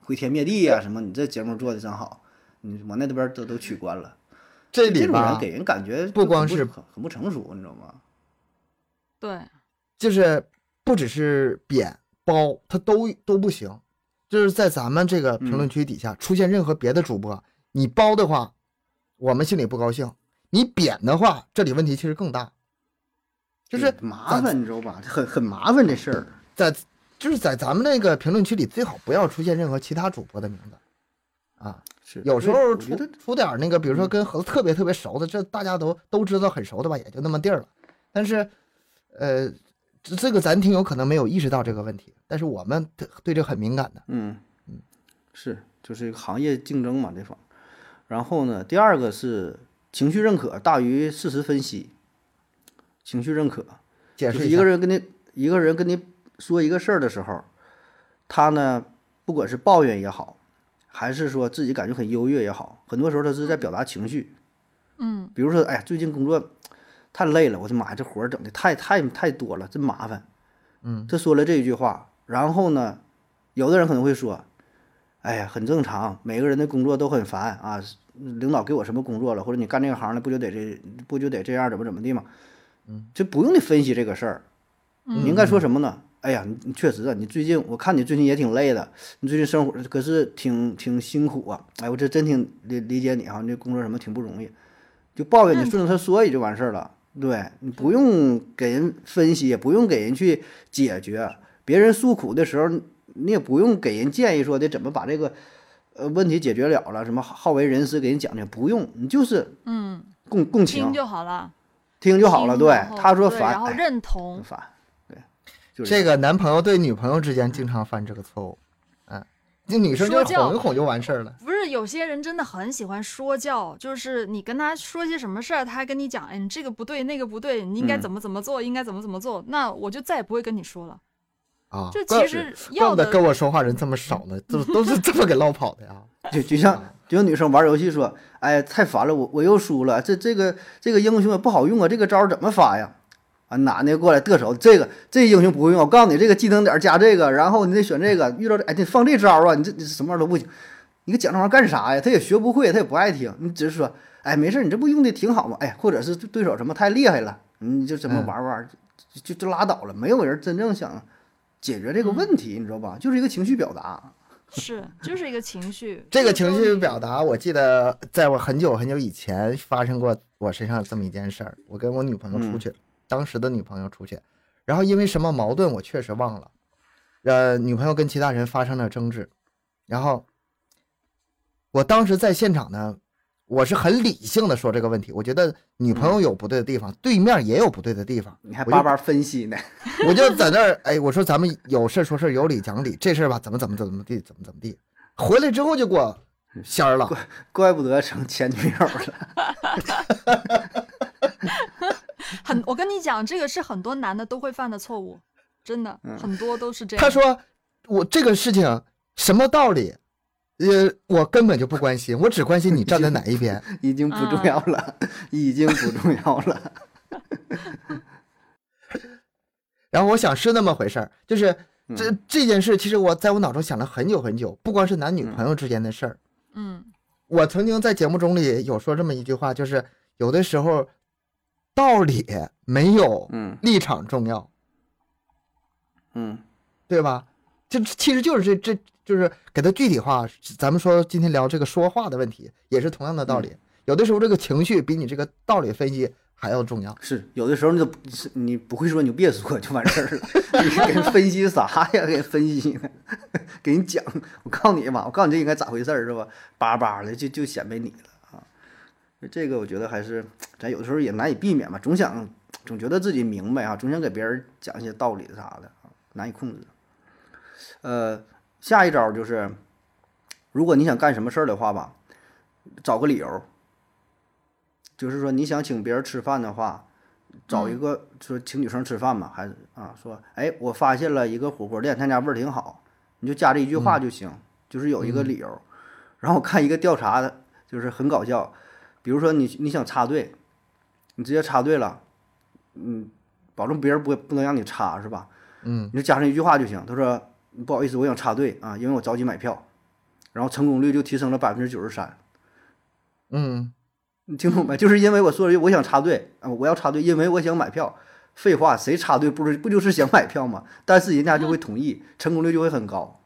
[SPEAKER 1] 回天灭地呀、啊什么，你这节目做的真好，你往那边都都取关了。
[SPEAKER 2] 这
[SPEAKER 1] 这
[SPEAKER 2] 里
[SPEAKER 1] 种人
[SPEAKER 2] 吧，
[SPEAKER 1] 给人感觉
[SPEAKER 2] 不光
[SPEAKER 1] 就是很不很不成熟，你知道吗？
[SPEAKER 3] 对，
[SPEAKER 2] 就是不只是贬褒，他都都不行。就是在咱们这个评论区底下出现任何别的主播，你褒的话，我们心里不高兴；你贬的话，这里问题其实更大。就是
[SPEAKER 1] 麻烦，你知道吧？很很麻烦这事儿。
[SPEAKER 2] 在就是在咱们那个评论区里，最好不要出现任何其他主播的名字啊。
[SPEAKER 1] 是
[SPEAKER 2] 有时候
[SPEAKER 1] 我觉
[SPEAKER 2] 出
[SPEAKER 1] 得
[SPEAKER 2] 出点儿那个，比如说跟盒子特别特别熟的，这大家都都知道很熟的吧，也就那么地儿了。但是，呃，这这个咱听友可能没有意识到这个问题，但是我们对对这很敏感的。
[SPEAKER 1] 嗯，是，就是一个行业竞争嘛，这方。然后呢，第二个是情绪认可大于事实分析。情绪认可
[SPEAKER 2] 解
[SPEAKER 1] 就
[SPEAKER 2] 释
[SPEAKER 1] 是
[SPEAKER 2] 下
[SPEAKER 1] 一个，人跟你一个人跟你说一个事儿的时候，他呢，不管是抱怨也好，还是说自己感觉很优越也好，很多时候他是在表达情绪。
[SPEAKER 3] 嗯
[SPEAKER 1] 比如说，哎呀，最近工作太累了，我的妈呀，这活儿整的太太太多了，真麻烦。
[SPEAKER 2] 嗯，
[SPEAKER 1] 他说了这一句话，然后呢，有的人可能会说，哎呀，很正常，每个人的工作都很烦啊，领导给我什么工作了，或者你干这个行的不就得这不就得这样怎么怎么地嘛，
[SPEAKER 2] 嗯，
[SPEAKER 1] 就不用你分析这个事儿，
[SPEAKER 3] 嗯
[SPEAKER 1] 你应该说什么呢？哎呀，你你确实啊，你最近我看你最近也挺累的，你最近生活可是挺挺辛苦啊。哎，我这真挺理理解你哈、你这工作什么挺不容易，就抱怨
[SPEAKER 3] 那
[SPEAKER 1] 你
[SPEAKER 3] 你
[SPEAKER 1] 顺着他说也就完事儿了。对你不用给人分析，也不用给人去解决，别人诉苦的时候，你也不用给人建议说得怎么把这个呃问题解决了了，什么好好为人师给人讲讲，不用，你就是
[SPEAKER 3] 嗯，
[SPEAKER 1] 共共情
[SPEAKER 3] 听就好了，
[SPEAKER 1] 听就好了。
[SPEAKER 3] 听
[SPEAKER 1] 对
[SPEAKER 3] 然，后
[SPEAKER 1] 他说
[SPEAKER 3] 对
[SPEAKER 1] 烦，
[SPEAKER 3] 然后
[SPEAKER 1] 哎
[SPEAKER 3] 认
[SPEAKER 1] 真
[SPEAKER 3] 同，
[SPEAKER 1] 烦，对，就是
[SPEAKER 2] 这个男朋友对女朋友之间经常犯这个错误，嗯、这女生就是
[SPEAKER 3] 说教
[SPEAKER 2] 哄一哄就完事儿了。
[SPEAKER 3] 不是有些人真的很喜欢说教，就是你跟他说些什么事儿，他还跟你讲，哎，你这个不对，那个不对，你应该
[SPEAKER 1] 嗯
[SPEAKER 3] 怎么怎么做，应该怎么怎么做，那我就再也不会跟你说了。
[SPEAKER 2] 啊，
[SPEAKER 3] 这
[SPEAKER 2] 怪
[SPEAKER 3] 其
[SPEAKER 2] 不
[SPEAKER 3] 实
[SPEAKER 2] 怪
[SPEAKER 3] 要
[SPEAKER 2] 不得跟我说话人这么少呢，都都是这么给唠跑的呀。
[SPEAKER 1] 就就像就像女生玩游戏说，哎，太烦了，我我又输了，这这个这个英雄也不好用啊，这个招儿怎么发呀？啊，男的过来得手，这个这英雄不会用，我告诉你，这个技能点儿加这个，然后你得选这个，遇到这哎，你放这招儿啊，你这你什么玩意儿都不行，你给讲这玩意儿干啥呀？他也学不会，他也不爱听，你只是说，哎，没事儿，你这不用的挺好吗？哎，或者是对手什么太厉害了，你就怎么
[SPEAKER 2] 嗯，
[SPEAKER 1] 玩玩，就就就拉倒了，没有人真正想解决这个问题，你知道吧？就是一个情绪表达，
[SPEAKER 3] 是，就是一个情绪
[SPEAKER 2] 这个
[SPEAKER 3] 就是
[SPEAKER 2] 情
[SPEAKER 3] 说
[SPEAKER 2] 绪
[SPEAKER 3] 你
[SPEAKER 2] 表达，我记得在我很久很久以前发生过我身上这么一件事儿。我跟我女朋友出去，当时的女朋友出去，然后因为什么矛盾，我确实忘了。呃，女朋友跟其他人发生了争执，然后我当时在现场呢，我是很理性的说这个问题，我觉得女朋友有不对的地方， 对面也有不对的地方，
[SPEAKER 1] 你还
[SPEAKER 2] 我就
[SPEAKER 1] 叭叭分析呢，
[SPEAKER 2] 我就在那儿，哎，我说咱们有事儿说事儿，有理讲理，这事儿吧，怎么怎么怎么地，怎么怎么地。回来之后就给我仙儿了，
[SPEAKER 1] 怪不得成前女友了。嗯
[SPEAKER 3] 很，我跟你讲，这个是很多男的都会犯的错误，
[SPEAKER 1] 嗯
[SPEAKER 3] 真的，很多都是这样。
[SPEAKER 2] 他说我这个事情什么道理？呃，我根本就不关心，我只关心你站在哪一边。
[SPEAKER 1] 已经不重要了，已经不重要了。
[SPEAKER 2] 然后我想是那么回事儿，就是这这件事，其实我在我脑中想了很久很久，不光是男女朋友之间的事儿。
[SPEAKER 3] 嗯
[SPEAKER 2] 我曾经在节目中里有说这么一句话，就是有的时候道理没有
[SPEAKER 1] 嗯
[SPEAKER 2] 立场重要，
[SPEAKER 1] 嗯
[SPEAKER 2] 对吧？这其实就是这这就是给它具体化。咱们说今天聊这个说话的问题，也是同样的道理。有的时候这个情绪比你这个道理分析还要重要。
[SPEAKER 1] 是有的时候你都是你不会说你就别说就完事儿了，你 给人分析啥呀？给人分析呢， 给你讲，我告诉你吧，我告诉你这应该咋回事儿是吧？叭叭的就就显摆你了啊！这个我觉得还是咱有的时候也难以避免吧，总想总觉得自己明白啊，总想给别人讲一些道理啥的啊，难以控制。呃，下一招就是，如果你想干什么事儿的话吧，找个理由儿，就是说你想请别人吃饭的话，找一个说请女生吃饭嘛，还是啊说，哎，我发现了一个火锅店，他家味儿挺好，你就加这一句话就行，就是有一个理由儿。然后我看一个调查的，就是很搞笑，比如说你你想插队，你直接插队了，嗯，保证别人不会不能让你插是吧？
[SPEAKER 2] 嗯，
[SPEAKER 1] 你就加上一句话就行。他说不好意思，我想插队啊，因为我着急买票，然后成功率就提升了百分之九十三。
[SPEAKER 2] 嗯，
[SPEAKER 1] 你听懂没？就是因为我说了一句我想插队啊，我要插队，因为我想买票。废话，谁插队不是不就是想买票吗？但是人家就会同意，成功率就会很高。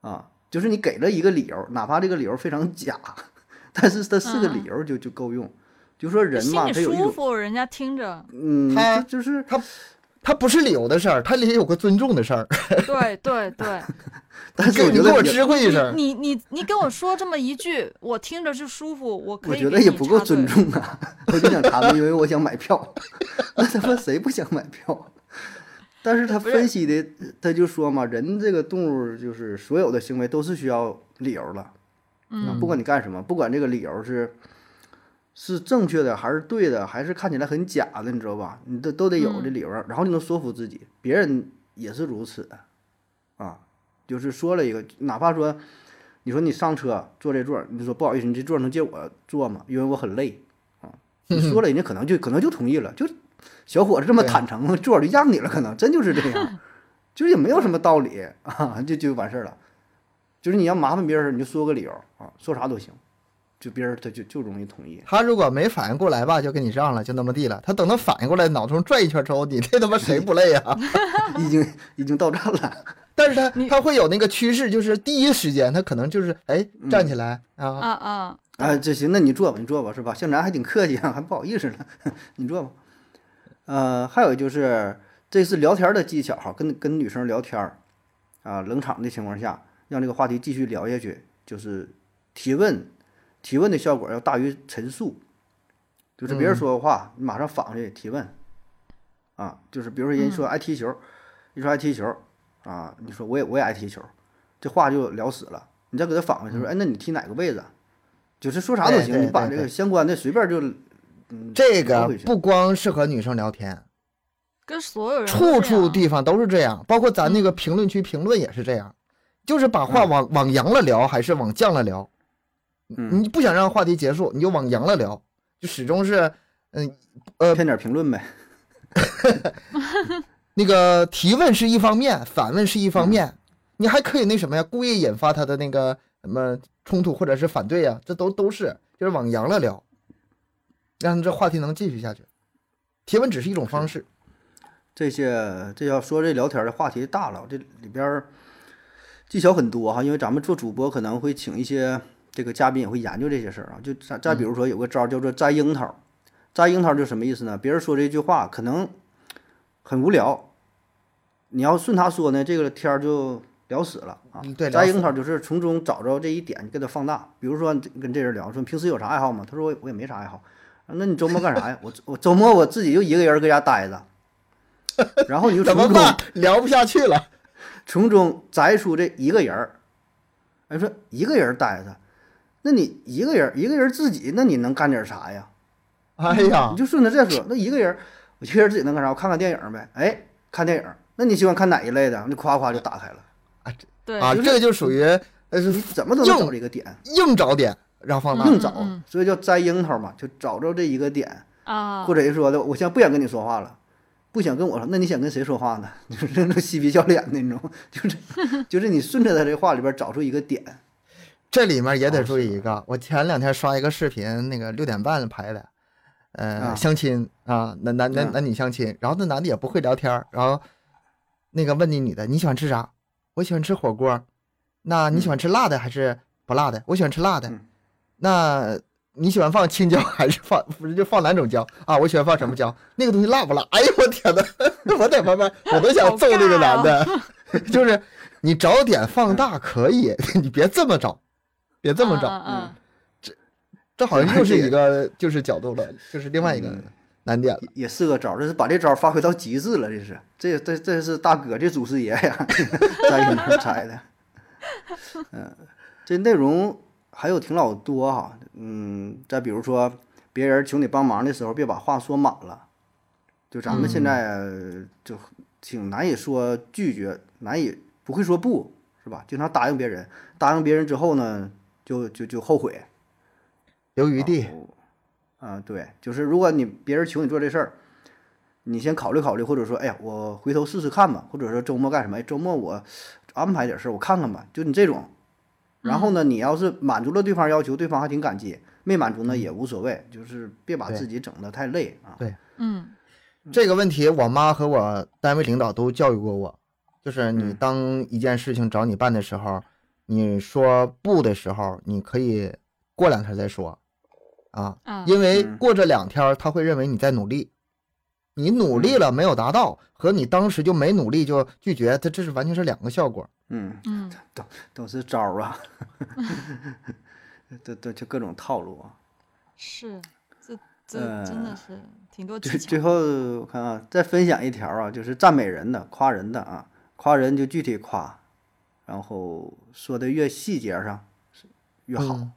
[SPEAKER 1] 啊，就是你给了一个理由，哪怕这个理由非常假，但是它是个理由就就够用。就说人
[SPEAKER 3] 心
[SPEAKER 1] 嘛，
[SPEAKER 3] 里
[SPEAKER 1] 他有一
[SPEAKER 3] 舒
[SPEAKER 1] 种
[SPEAKER 3] 服，人家听着，
[SPEAKER 1] 嗯，
[SPEAKER 2] 他
[SPEAKER 1] 就就是
[SPEAKER 2] 它不是理由的事儿，它也有个尊重的事儿。
[SPEAKER 3] 对对对，
[SPEAKER 1] 但 是
[SPEAKER 2] 给
[SPEAKER 1] 我
[SPEAKER 2] 你
[SPEAKER 1] 觉
[SPEAKER 2] 给我
[SPEAKER 1] 得也
[SPEAKER 2] 知会一声。
[SPEAKER 3] 你你你跟我说这么一句，我听着就舒服，我可
[SPEAKER 1] 我
[SPEAKER 3] 以
[SPEAKER 1] 觉
[SPEAKER 3] 给
[SPEAKER 1] 得也
[SPEAKER 3] 你
[SPEAKER 1] 不够
[SPEAKER 3] 插
[SPEAKER 1] 尊
[SPEAKER 3] 队。
[SPEAKER 1] 重 啊！我就想插队，因为我想买票。 那他妈谁不想买票？但是他
[SPEAKER 3] 不是
[SPEAKER 1] 分析的，他就说嘛，人这个动物就是所有的行为都是需要理由了。啊
[SPEAKER 3] 嗯
[SPEAKER 1] 不管你干什么，不管这个理由是是正确的还是对的，还是看起来很假的，你知道吧？你都都得有这
[SPEAKER 3] 嗯
[SPEAKER 1] 理由，然后你能说服自己，别人也是如此啊。就是说了一个，哪怕说你说你上车坐这座儿，你说不好意思，你这座儿能借我坐吗？因为我很累啊。你说了，人家可能就可能就同意了，就小伙子这么
[SPEAKER 2] 对
[SPEAKER 1] 坦诚，座儿就让你了，可能真就是这样，就是也没有什么道理啊，就就完事儿了。就是你要麻烦别人，你就说个理由啊，说啥都行，就别人他就就容易同意。
[SPEAKER 2] 他如果没反应过来吧，就跟你让了，就那么地了。他等他反应过来，脑中转一圈之后，你这他妈谁不累啊？
[SPEAKER 1] 已经已经到站了，
[SPEAKER 2] 但是他
[SPEAKER 3] 你
[SPEAKER 2] 他会有那个趋势，就是第一时间他可能就是哎站起来啊，
[SPEAKER 3] 啊啊，
[SPEAKER 1] 啊，这行，那你坐吧，你坐吧，是吧？像咱还挺客气啊，还不好意思呢， 你坐吧。呃，还有就是，这是聊天儿的技巧哈，跟跟女生聊天儿啊，冷场的情况下，让这个话题继续聊下去，就是提问，提问的效果要大于陈述，就是别人说的话，你马上反回去提问，啊，就是比如说人说爱踢球儿，你说爱踢球儿啊，你说我也我也爱踢球儿，这话就聊死了。你再给他反回去说，哎，那你踢哪个位置啊？就是说啥都
[SPEAKER 2] 嗯对
[SPEAKER 1] 行，
[SPEAKER 2] 对
[SPEAKER 1] 你把
[SPEAKER 2] 对
[SPEAKER 1] 这个
[SPEAKER 2] 对
[SPEAKER 1] 相关的随便就，嗯，
[SPEAKER 2] 这个
[SPEAKER 1] 聊回去
[SPEAKER 2] 不光适合女生聊天，
[SPEAKER 3] 跟所有人
[SPEAKER 2] 处
[SPEAKER 3] 都这
[SPEAKER 2] 处
[SPEAKER 3] 样嗯
[SPEAKER 2] 地方都是这样，包括咱那个评论区评论也是这样，就是把话往往扬了聊，还是往降了聊。
[SPEAKER 1] 嗯，
[SPEAKER 2] 你不想让话题结束，你就往扬了聊，就始终是嗯呃
[SPEAKER 1] 骗点评论呗，
[SPEAKER 2] 那个提问是一方面，反问是一
[SPEAKER 1] 嗯
[SPEAKER 2] 方面，你还可以那什么呀，故意引发他的那个什么冲突或者是反对呀，这都都是就是往扬了聊，让这话题能继续下去。提问只是一种方式，
[SPEAKER 1] 这些这要说这聊天儿的话题大了，这里边儿技巧很多哈，因为咱们做主播可能会请一些这个嘉宾也会研究这些事儿啊。就再再比如说有个招儿叫做摘樱桃，摘樱桃就什么意思呢？别人说这句话可能很无聊，你要顺他说呢，这个天儿就聊死了啊
[SPEAKER 2] 嗯。对
[SPEAKER 1] 摘
[SPEAKER 2] 聊死
[SPEAKER 1] 樱桃就是从中找着这一点，给它放大。比如说跟这人聊，说你平时有啥爱好吗？他说我也我也没啥爱好。那你周末干啥呀？我我周末我自己就一个人搁家待着，然后你就
[SPEAKER 2] 怎
[SPEAKER 1] 从
[SPEAKER 2] 么
[SPEAKER 1] 中
[SPEAKER 2] 办？聊不下去了，
[SPEAKER 1] 从中摘出这一个人儿。哎，说一个人儿待着，那你一个人儿一个人儿自己，那你能干点啥呀？
[SPEAKER 2] 哎呀
[SPEAKER 1] 你，就顺着这说，那一个人儿，我一个人儿自己能干啥？我看看电影呗。哎，看电影儿，那你喜欢看哪一类的？那夸夸就打开了。
[SPEAKER 3] 对
[SPEAKER 2] 啊啊，这个就属于但是
[SPEAKER 1] 你怎么都能找这个点，
[SPEAKER 2] 硬找点，然后放大。
[SPEAKER 1] 硬
[SPEAKER 3] 嗯
[SPEAKER 1] 找
[SPEAKER 3] 嗯，
[SPEAKER 1] 所以叫摘樱桃嘛，就找着这一个点，
[SPEAKER 3] 啊，
[SPEAKER 1] 或者一说的，我现在不想跟你说话了，不想跟我说，那你想跟谁说话呢？ 就是那种嬉皮笑脸那种，就是就是你顺着他这话里边找出一个点，
[SPEAKER 2] 这里面也得
[SPEAKER 1] 哦
[SPEAKER 2] 注意
[SPEAKER 1] 是
[SPEAKER 2] 一个，我前两天刷一个视频，那个六点半拍的，呃，
[SPEAKER 1] 啊
[SPEAKER 2] 相亲啊，男男男
[SPEAKER 1] 嗯
[SPEAKER 2] 男女相亲，然后那男的也不会聊天儿，然后那个问那女的你喜欢吃啥？我喜欢吃火锅，那你喜欢吃辣的还是不辣的？我喜欢吃辣的
[SPEAKER 1] 嗯，
[SPEAKER 2] 那你喜欢放青椒还是放不是就放哪种椒 啊？我喜欢放什么
[SPEAKER 1] 嗯
[SPEAKER 2] 椒？那个东西辣不辣？哎呦我天呐， 我在旁边我都想揍那个男的，
[SPEAKER 1] 啊
[SPEAKER 2] 就是你找点
[SPEAKER 1] 嗯
[SPEAKER 2] 放大可以， 你别这么找，别这么找。
[SPEAKER 3] 嗯嗯
[SPEAKER 2] 这好像又是一个就是角度了，就是另外一个
[SPEAKER 1] 嗯
[SPEAKER 2] 难点了。
[SPEAKER 1] 也也是个招儿，这是把这招儿发挥到极致了，这是这这这是大哥，这祖师爷呀， 摘樱桃摘的，嗯，这内容还有挺老多哈，嗯，再比如说别人求你帮忙的时候，别把话说满了，就咱们现在呃就挺难以说拒绝，难以不会说不是吧？经常答应别人，答应别人之后呢，就就就后悔，
[SPEAKER 2] 留余
[SPEAKER 1] 哦
[SPEAKER 2] 地，
[SPEAKER 1] 啊、对，就是如果你别人求你做这事儿，你先考虑考虑，或者说，哎呀，我回头试试看吧，或者说周末干什么？哎，周末我安排点事儿，我看看吧，就你这种。然后呢，你要是满足了对方要求，对方还挺感激；没满足呢也无所谓，就是别把
[SPEAKER 2] 嗯对
[SPEAKER 1] 自己整得太累啊。
[SPEAKER 3] 嗯
[SPEAKER 2] 这个问题，我妈和我单位领导都教育过我，就是你
[SPEAKER 1] 嗯
[SPEAKER 2] 当一件事情找你办的时候，你说不的时候，你可以过两天再说，啊，
[SPEAKER 3] 啊，
[SPEAKER 2] 因为
[SPEAKER 1] 嗯
[SPEAKER 2] 过这两天他会认为你在努力，你努
[SPEAKER 1] 嗯
[SPEAKER 2] 力了没有达到，和你当时就没努力就拒绝，它这是完全是两个效果。
[SPEAKER 1] 嗯，
[SPEAKER 3] 嗯
[SPEAKER 1] 都是招儿啊， 都都就各种套路啊。
[SPEAKER 3] 是，这这真的
[SPEAKER 1] 呃
[SPEAKER 3] 是挺多技
[SPEAKER 1] 最
[SPEAKER 3] 巧
[SPEAKER 1] 最后我看啊，再分享一条啊，就是赞美人的、夸人的啊，夸人就具体夸，然后说的越细节上是越好、
[SPEAKER 2] 嗯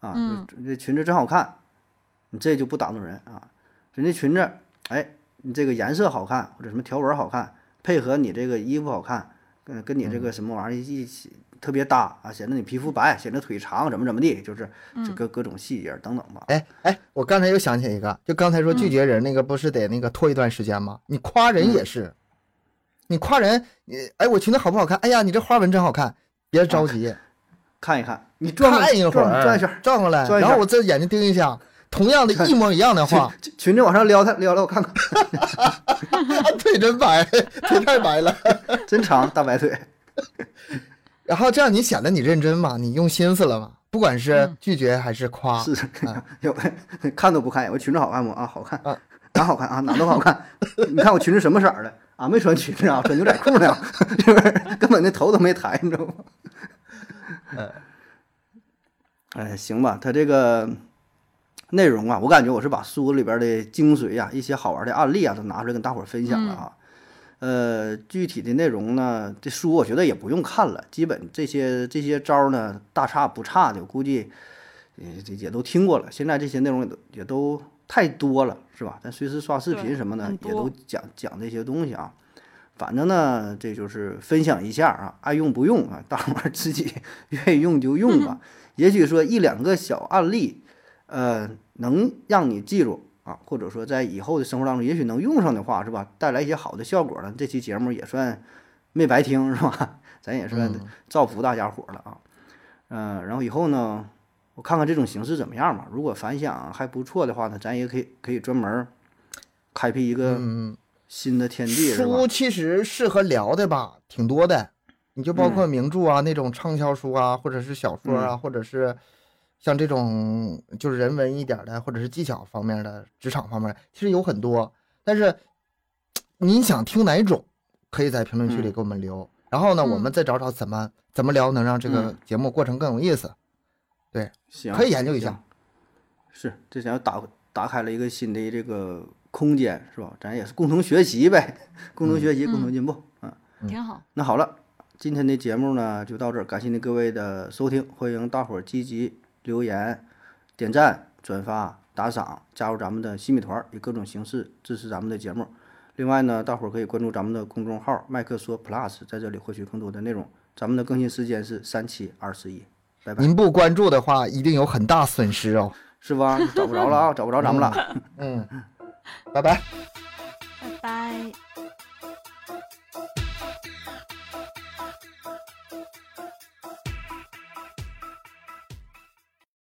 [SPEAKER 1] 啊。
[SPEAKER 3] 嗯
[SPEAKER 1] 这这裙子真好看，你这就不打动人啊。人家裙子，哎，你这个颜色好看，或者什么条纹好看，配合你这个衣服好看，跟跟你这
[SPEAKER 2] 嗯
[SPEAKER 1] 个什么玩意儿一起特别搭啊，显得你皮肤白，显得腿长，怎么怎么地，就是这
[SPEAKER 3] 嗯
[SPEAKER 1] 各各种细节等等吧。
[SPEAKER 2] 哎哎，我刚才又想起一个，就刚才
[SPEAKER 1] 嗯
[SPEAKER 2] 说拒绝人那个，不是得那个拖一段时间吗？你夸人
[SPEAKER 1] 嗯
[SPEAKER 2] 也是，你夸人，你哎，我裙子好不好看？哎呀，你这花纹真好看，别着急，
[SPEAKER 1] 看一看，你哎转过
[SPEAKER 2] 看一会
[SPEAKER 1] 转
[SPEAKER 2] 儿，
[SPEAKER 1] 转一圈儿。
[SPEAKER 2] 转过来，
[SPEAKER 1] 转一
[SPEAKER 2] 然
[SPEAKER 1] 圈
[SPEAKER 2] 后我这眼睛盯一下，同样的一模一样的
[SPEAKER 1] 裙
[SPEAKER 2] 话，
[SPEAKER 1] 裙裙子往上撩它，撩撩我看看，
[SPEAKER 2] 腿真白，腿太白了。
[SPEAKER 1] 真长，大白腿。
[SPEAKER 2] 然后这样你显得你认真嘛，你用心思了嘛，不管是
[SPEAKER 3] 嗯
[SPEAKER 2] 拒绝还是夸，
[SPEAKER 1] 是， 有的看都不看，我裙子好看不啊？好看
[SPEAKER 2] 啊，
[SPEAKER 1] 哪好看啊？哪都好看。你看我裙子什么色儿的啊？没穿裙子啊，穿牛仔裤呢， 是不是？根本那头都没抬，你知道吗？哎，行吧，他这个内容啊，我感觉我是把书里边的精髓呀、一些好玩的案例啊，都拿出来跟大伙儿分享了啊。呃，具体的内容呢，这书我觉得也不用看了，基本这些这些招儿呢，大差不差的，我估计也也也都听过了。现在这些内容也都也都太多了，是吧？咱随时刷视频
[SPEAKER 3] 对
[SPEAKER 1] 什么的
[SPEAKER 3] 很，
[SPEAKER 1] 也都
[SPEAKER 3] 多
[SPEAKER 1] 讲讲这些东西啊。反正呢，这就是分享一下啊，爱用不用啊，大伙儿自己 愿意用就用 吧。也许说一两个小案例，呃，能让你记住啊，或者说在以后的生活当中，也许能用上的话，是吧？带来一些好的效果呢，这期节目也算没白听，是吧？咱也算
[SPEAKER 2] 嗯
[SPEAKER 1] 造福大家伙儿了啊。嗯、然后以后呢，我看看这种形式怎么样吧。如果反响还不错的话呢，咱也可以可以专门儿开辟一个
[SPEAKER 2] 嗯，
[SPEAKER 1] 新的天地，是吧？
[SPEAKER 2] 书其实适合聊的吧，挺多的，你就
[SPEAKER 1] 嗯
[SPEAKER 2] 包括名著啊、那种畅销书啊，或者是小说啊，或者是像这种就是人文一点的，或者是技巧方面的、职场方面，其实有很多。但是您想听哪种，可以在评论区里
[SPEAKER 1] 嗯
[SPEAKER 2] 给我们留。然后呢，我们
[SPEAKER 3] 嗯
[SPEAKER 2] 再找找怎么怎么聊能让这个
[SPEAKER 1] 嗯
[SPEAKER 2] 节目过程更有意思，
[SPEAKER 1] 行，
[SPEAKER 2] 可以研究一下
[SPEAKER 1] 行。是，这咱要打打开了一个新的这个空间，是吧？咱也是共同学习呗，共同学习，共同进步。嗯，
[SPEAKER 3] 挺好。
[SPEAKER 1] 那好了，今天的节目呢就到这儿，感谢您各位的收听，欢迎大伙儿积极留言、点赞、转发、打赏，加入咱们的新米团儿，以各种形式支持咱们的节目。另外呢，大伙儿可以关注咱们的公众号“麦克说 Plus”，在这里获取更多的内容。咱们的更新时间是三七二十一，拜拜，
[SPEAKER 2] 您不关注的话，一定有很大损失哦。嗯
[SPEAKER 1] 是吧？ 找不着了啊，找不着咱们俩。
[SPEAKER 2] 嗯，拜拜。
[SPEAKER 3] 拜拜。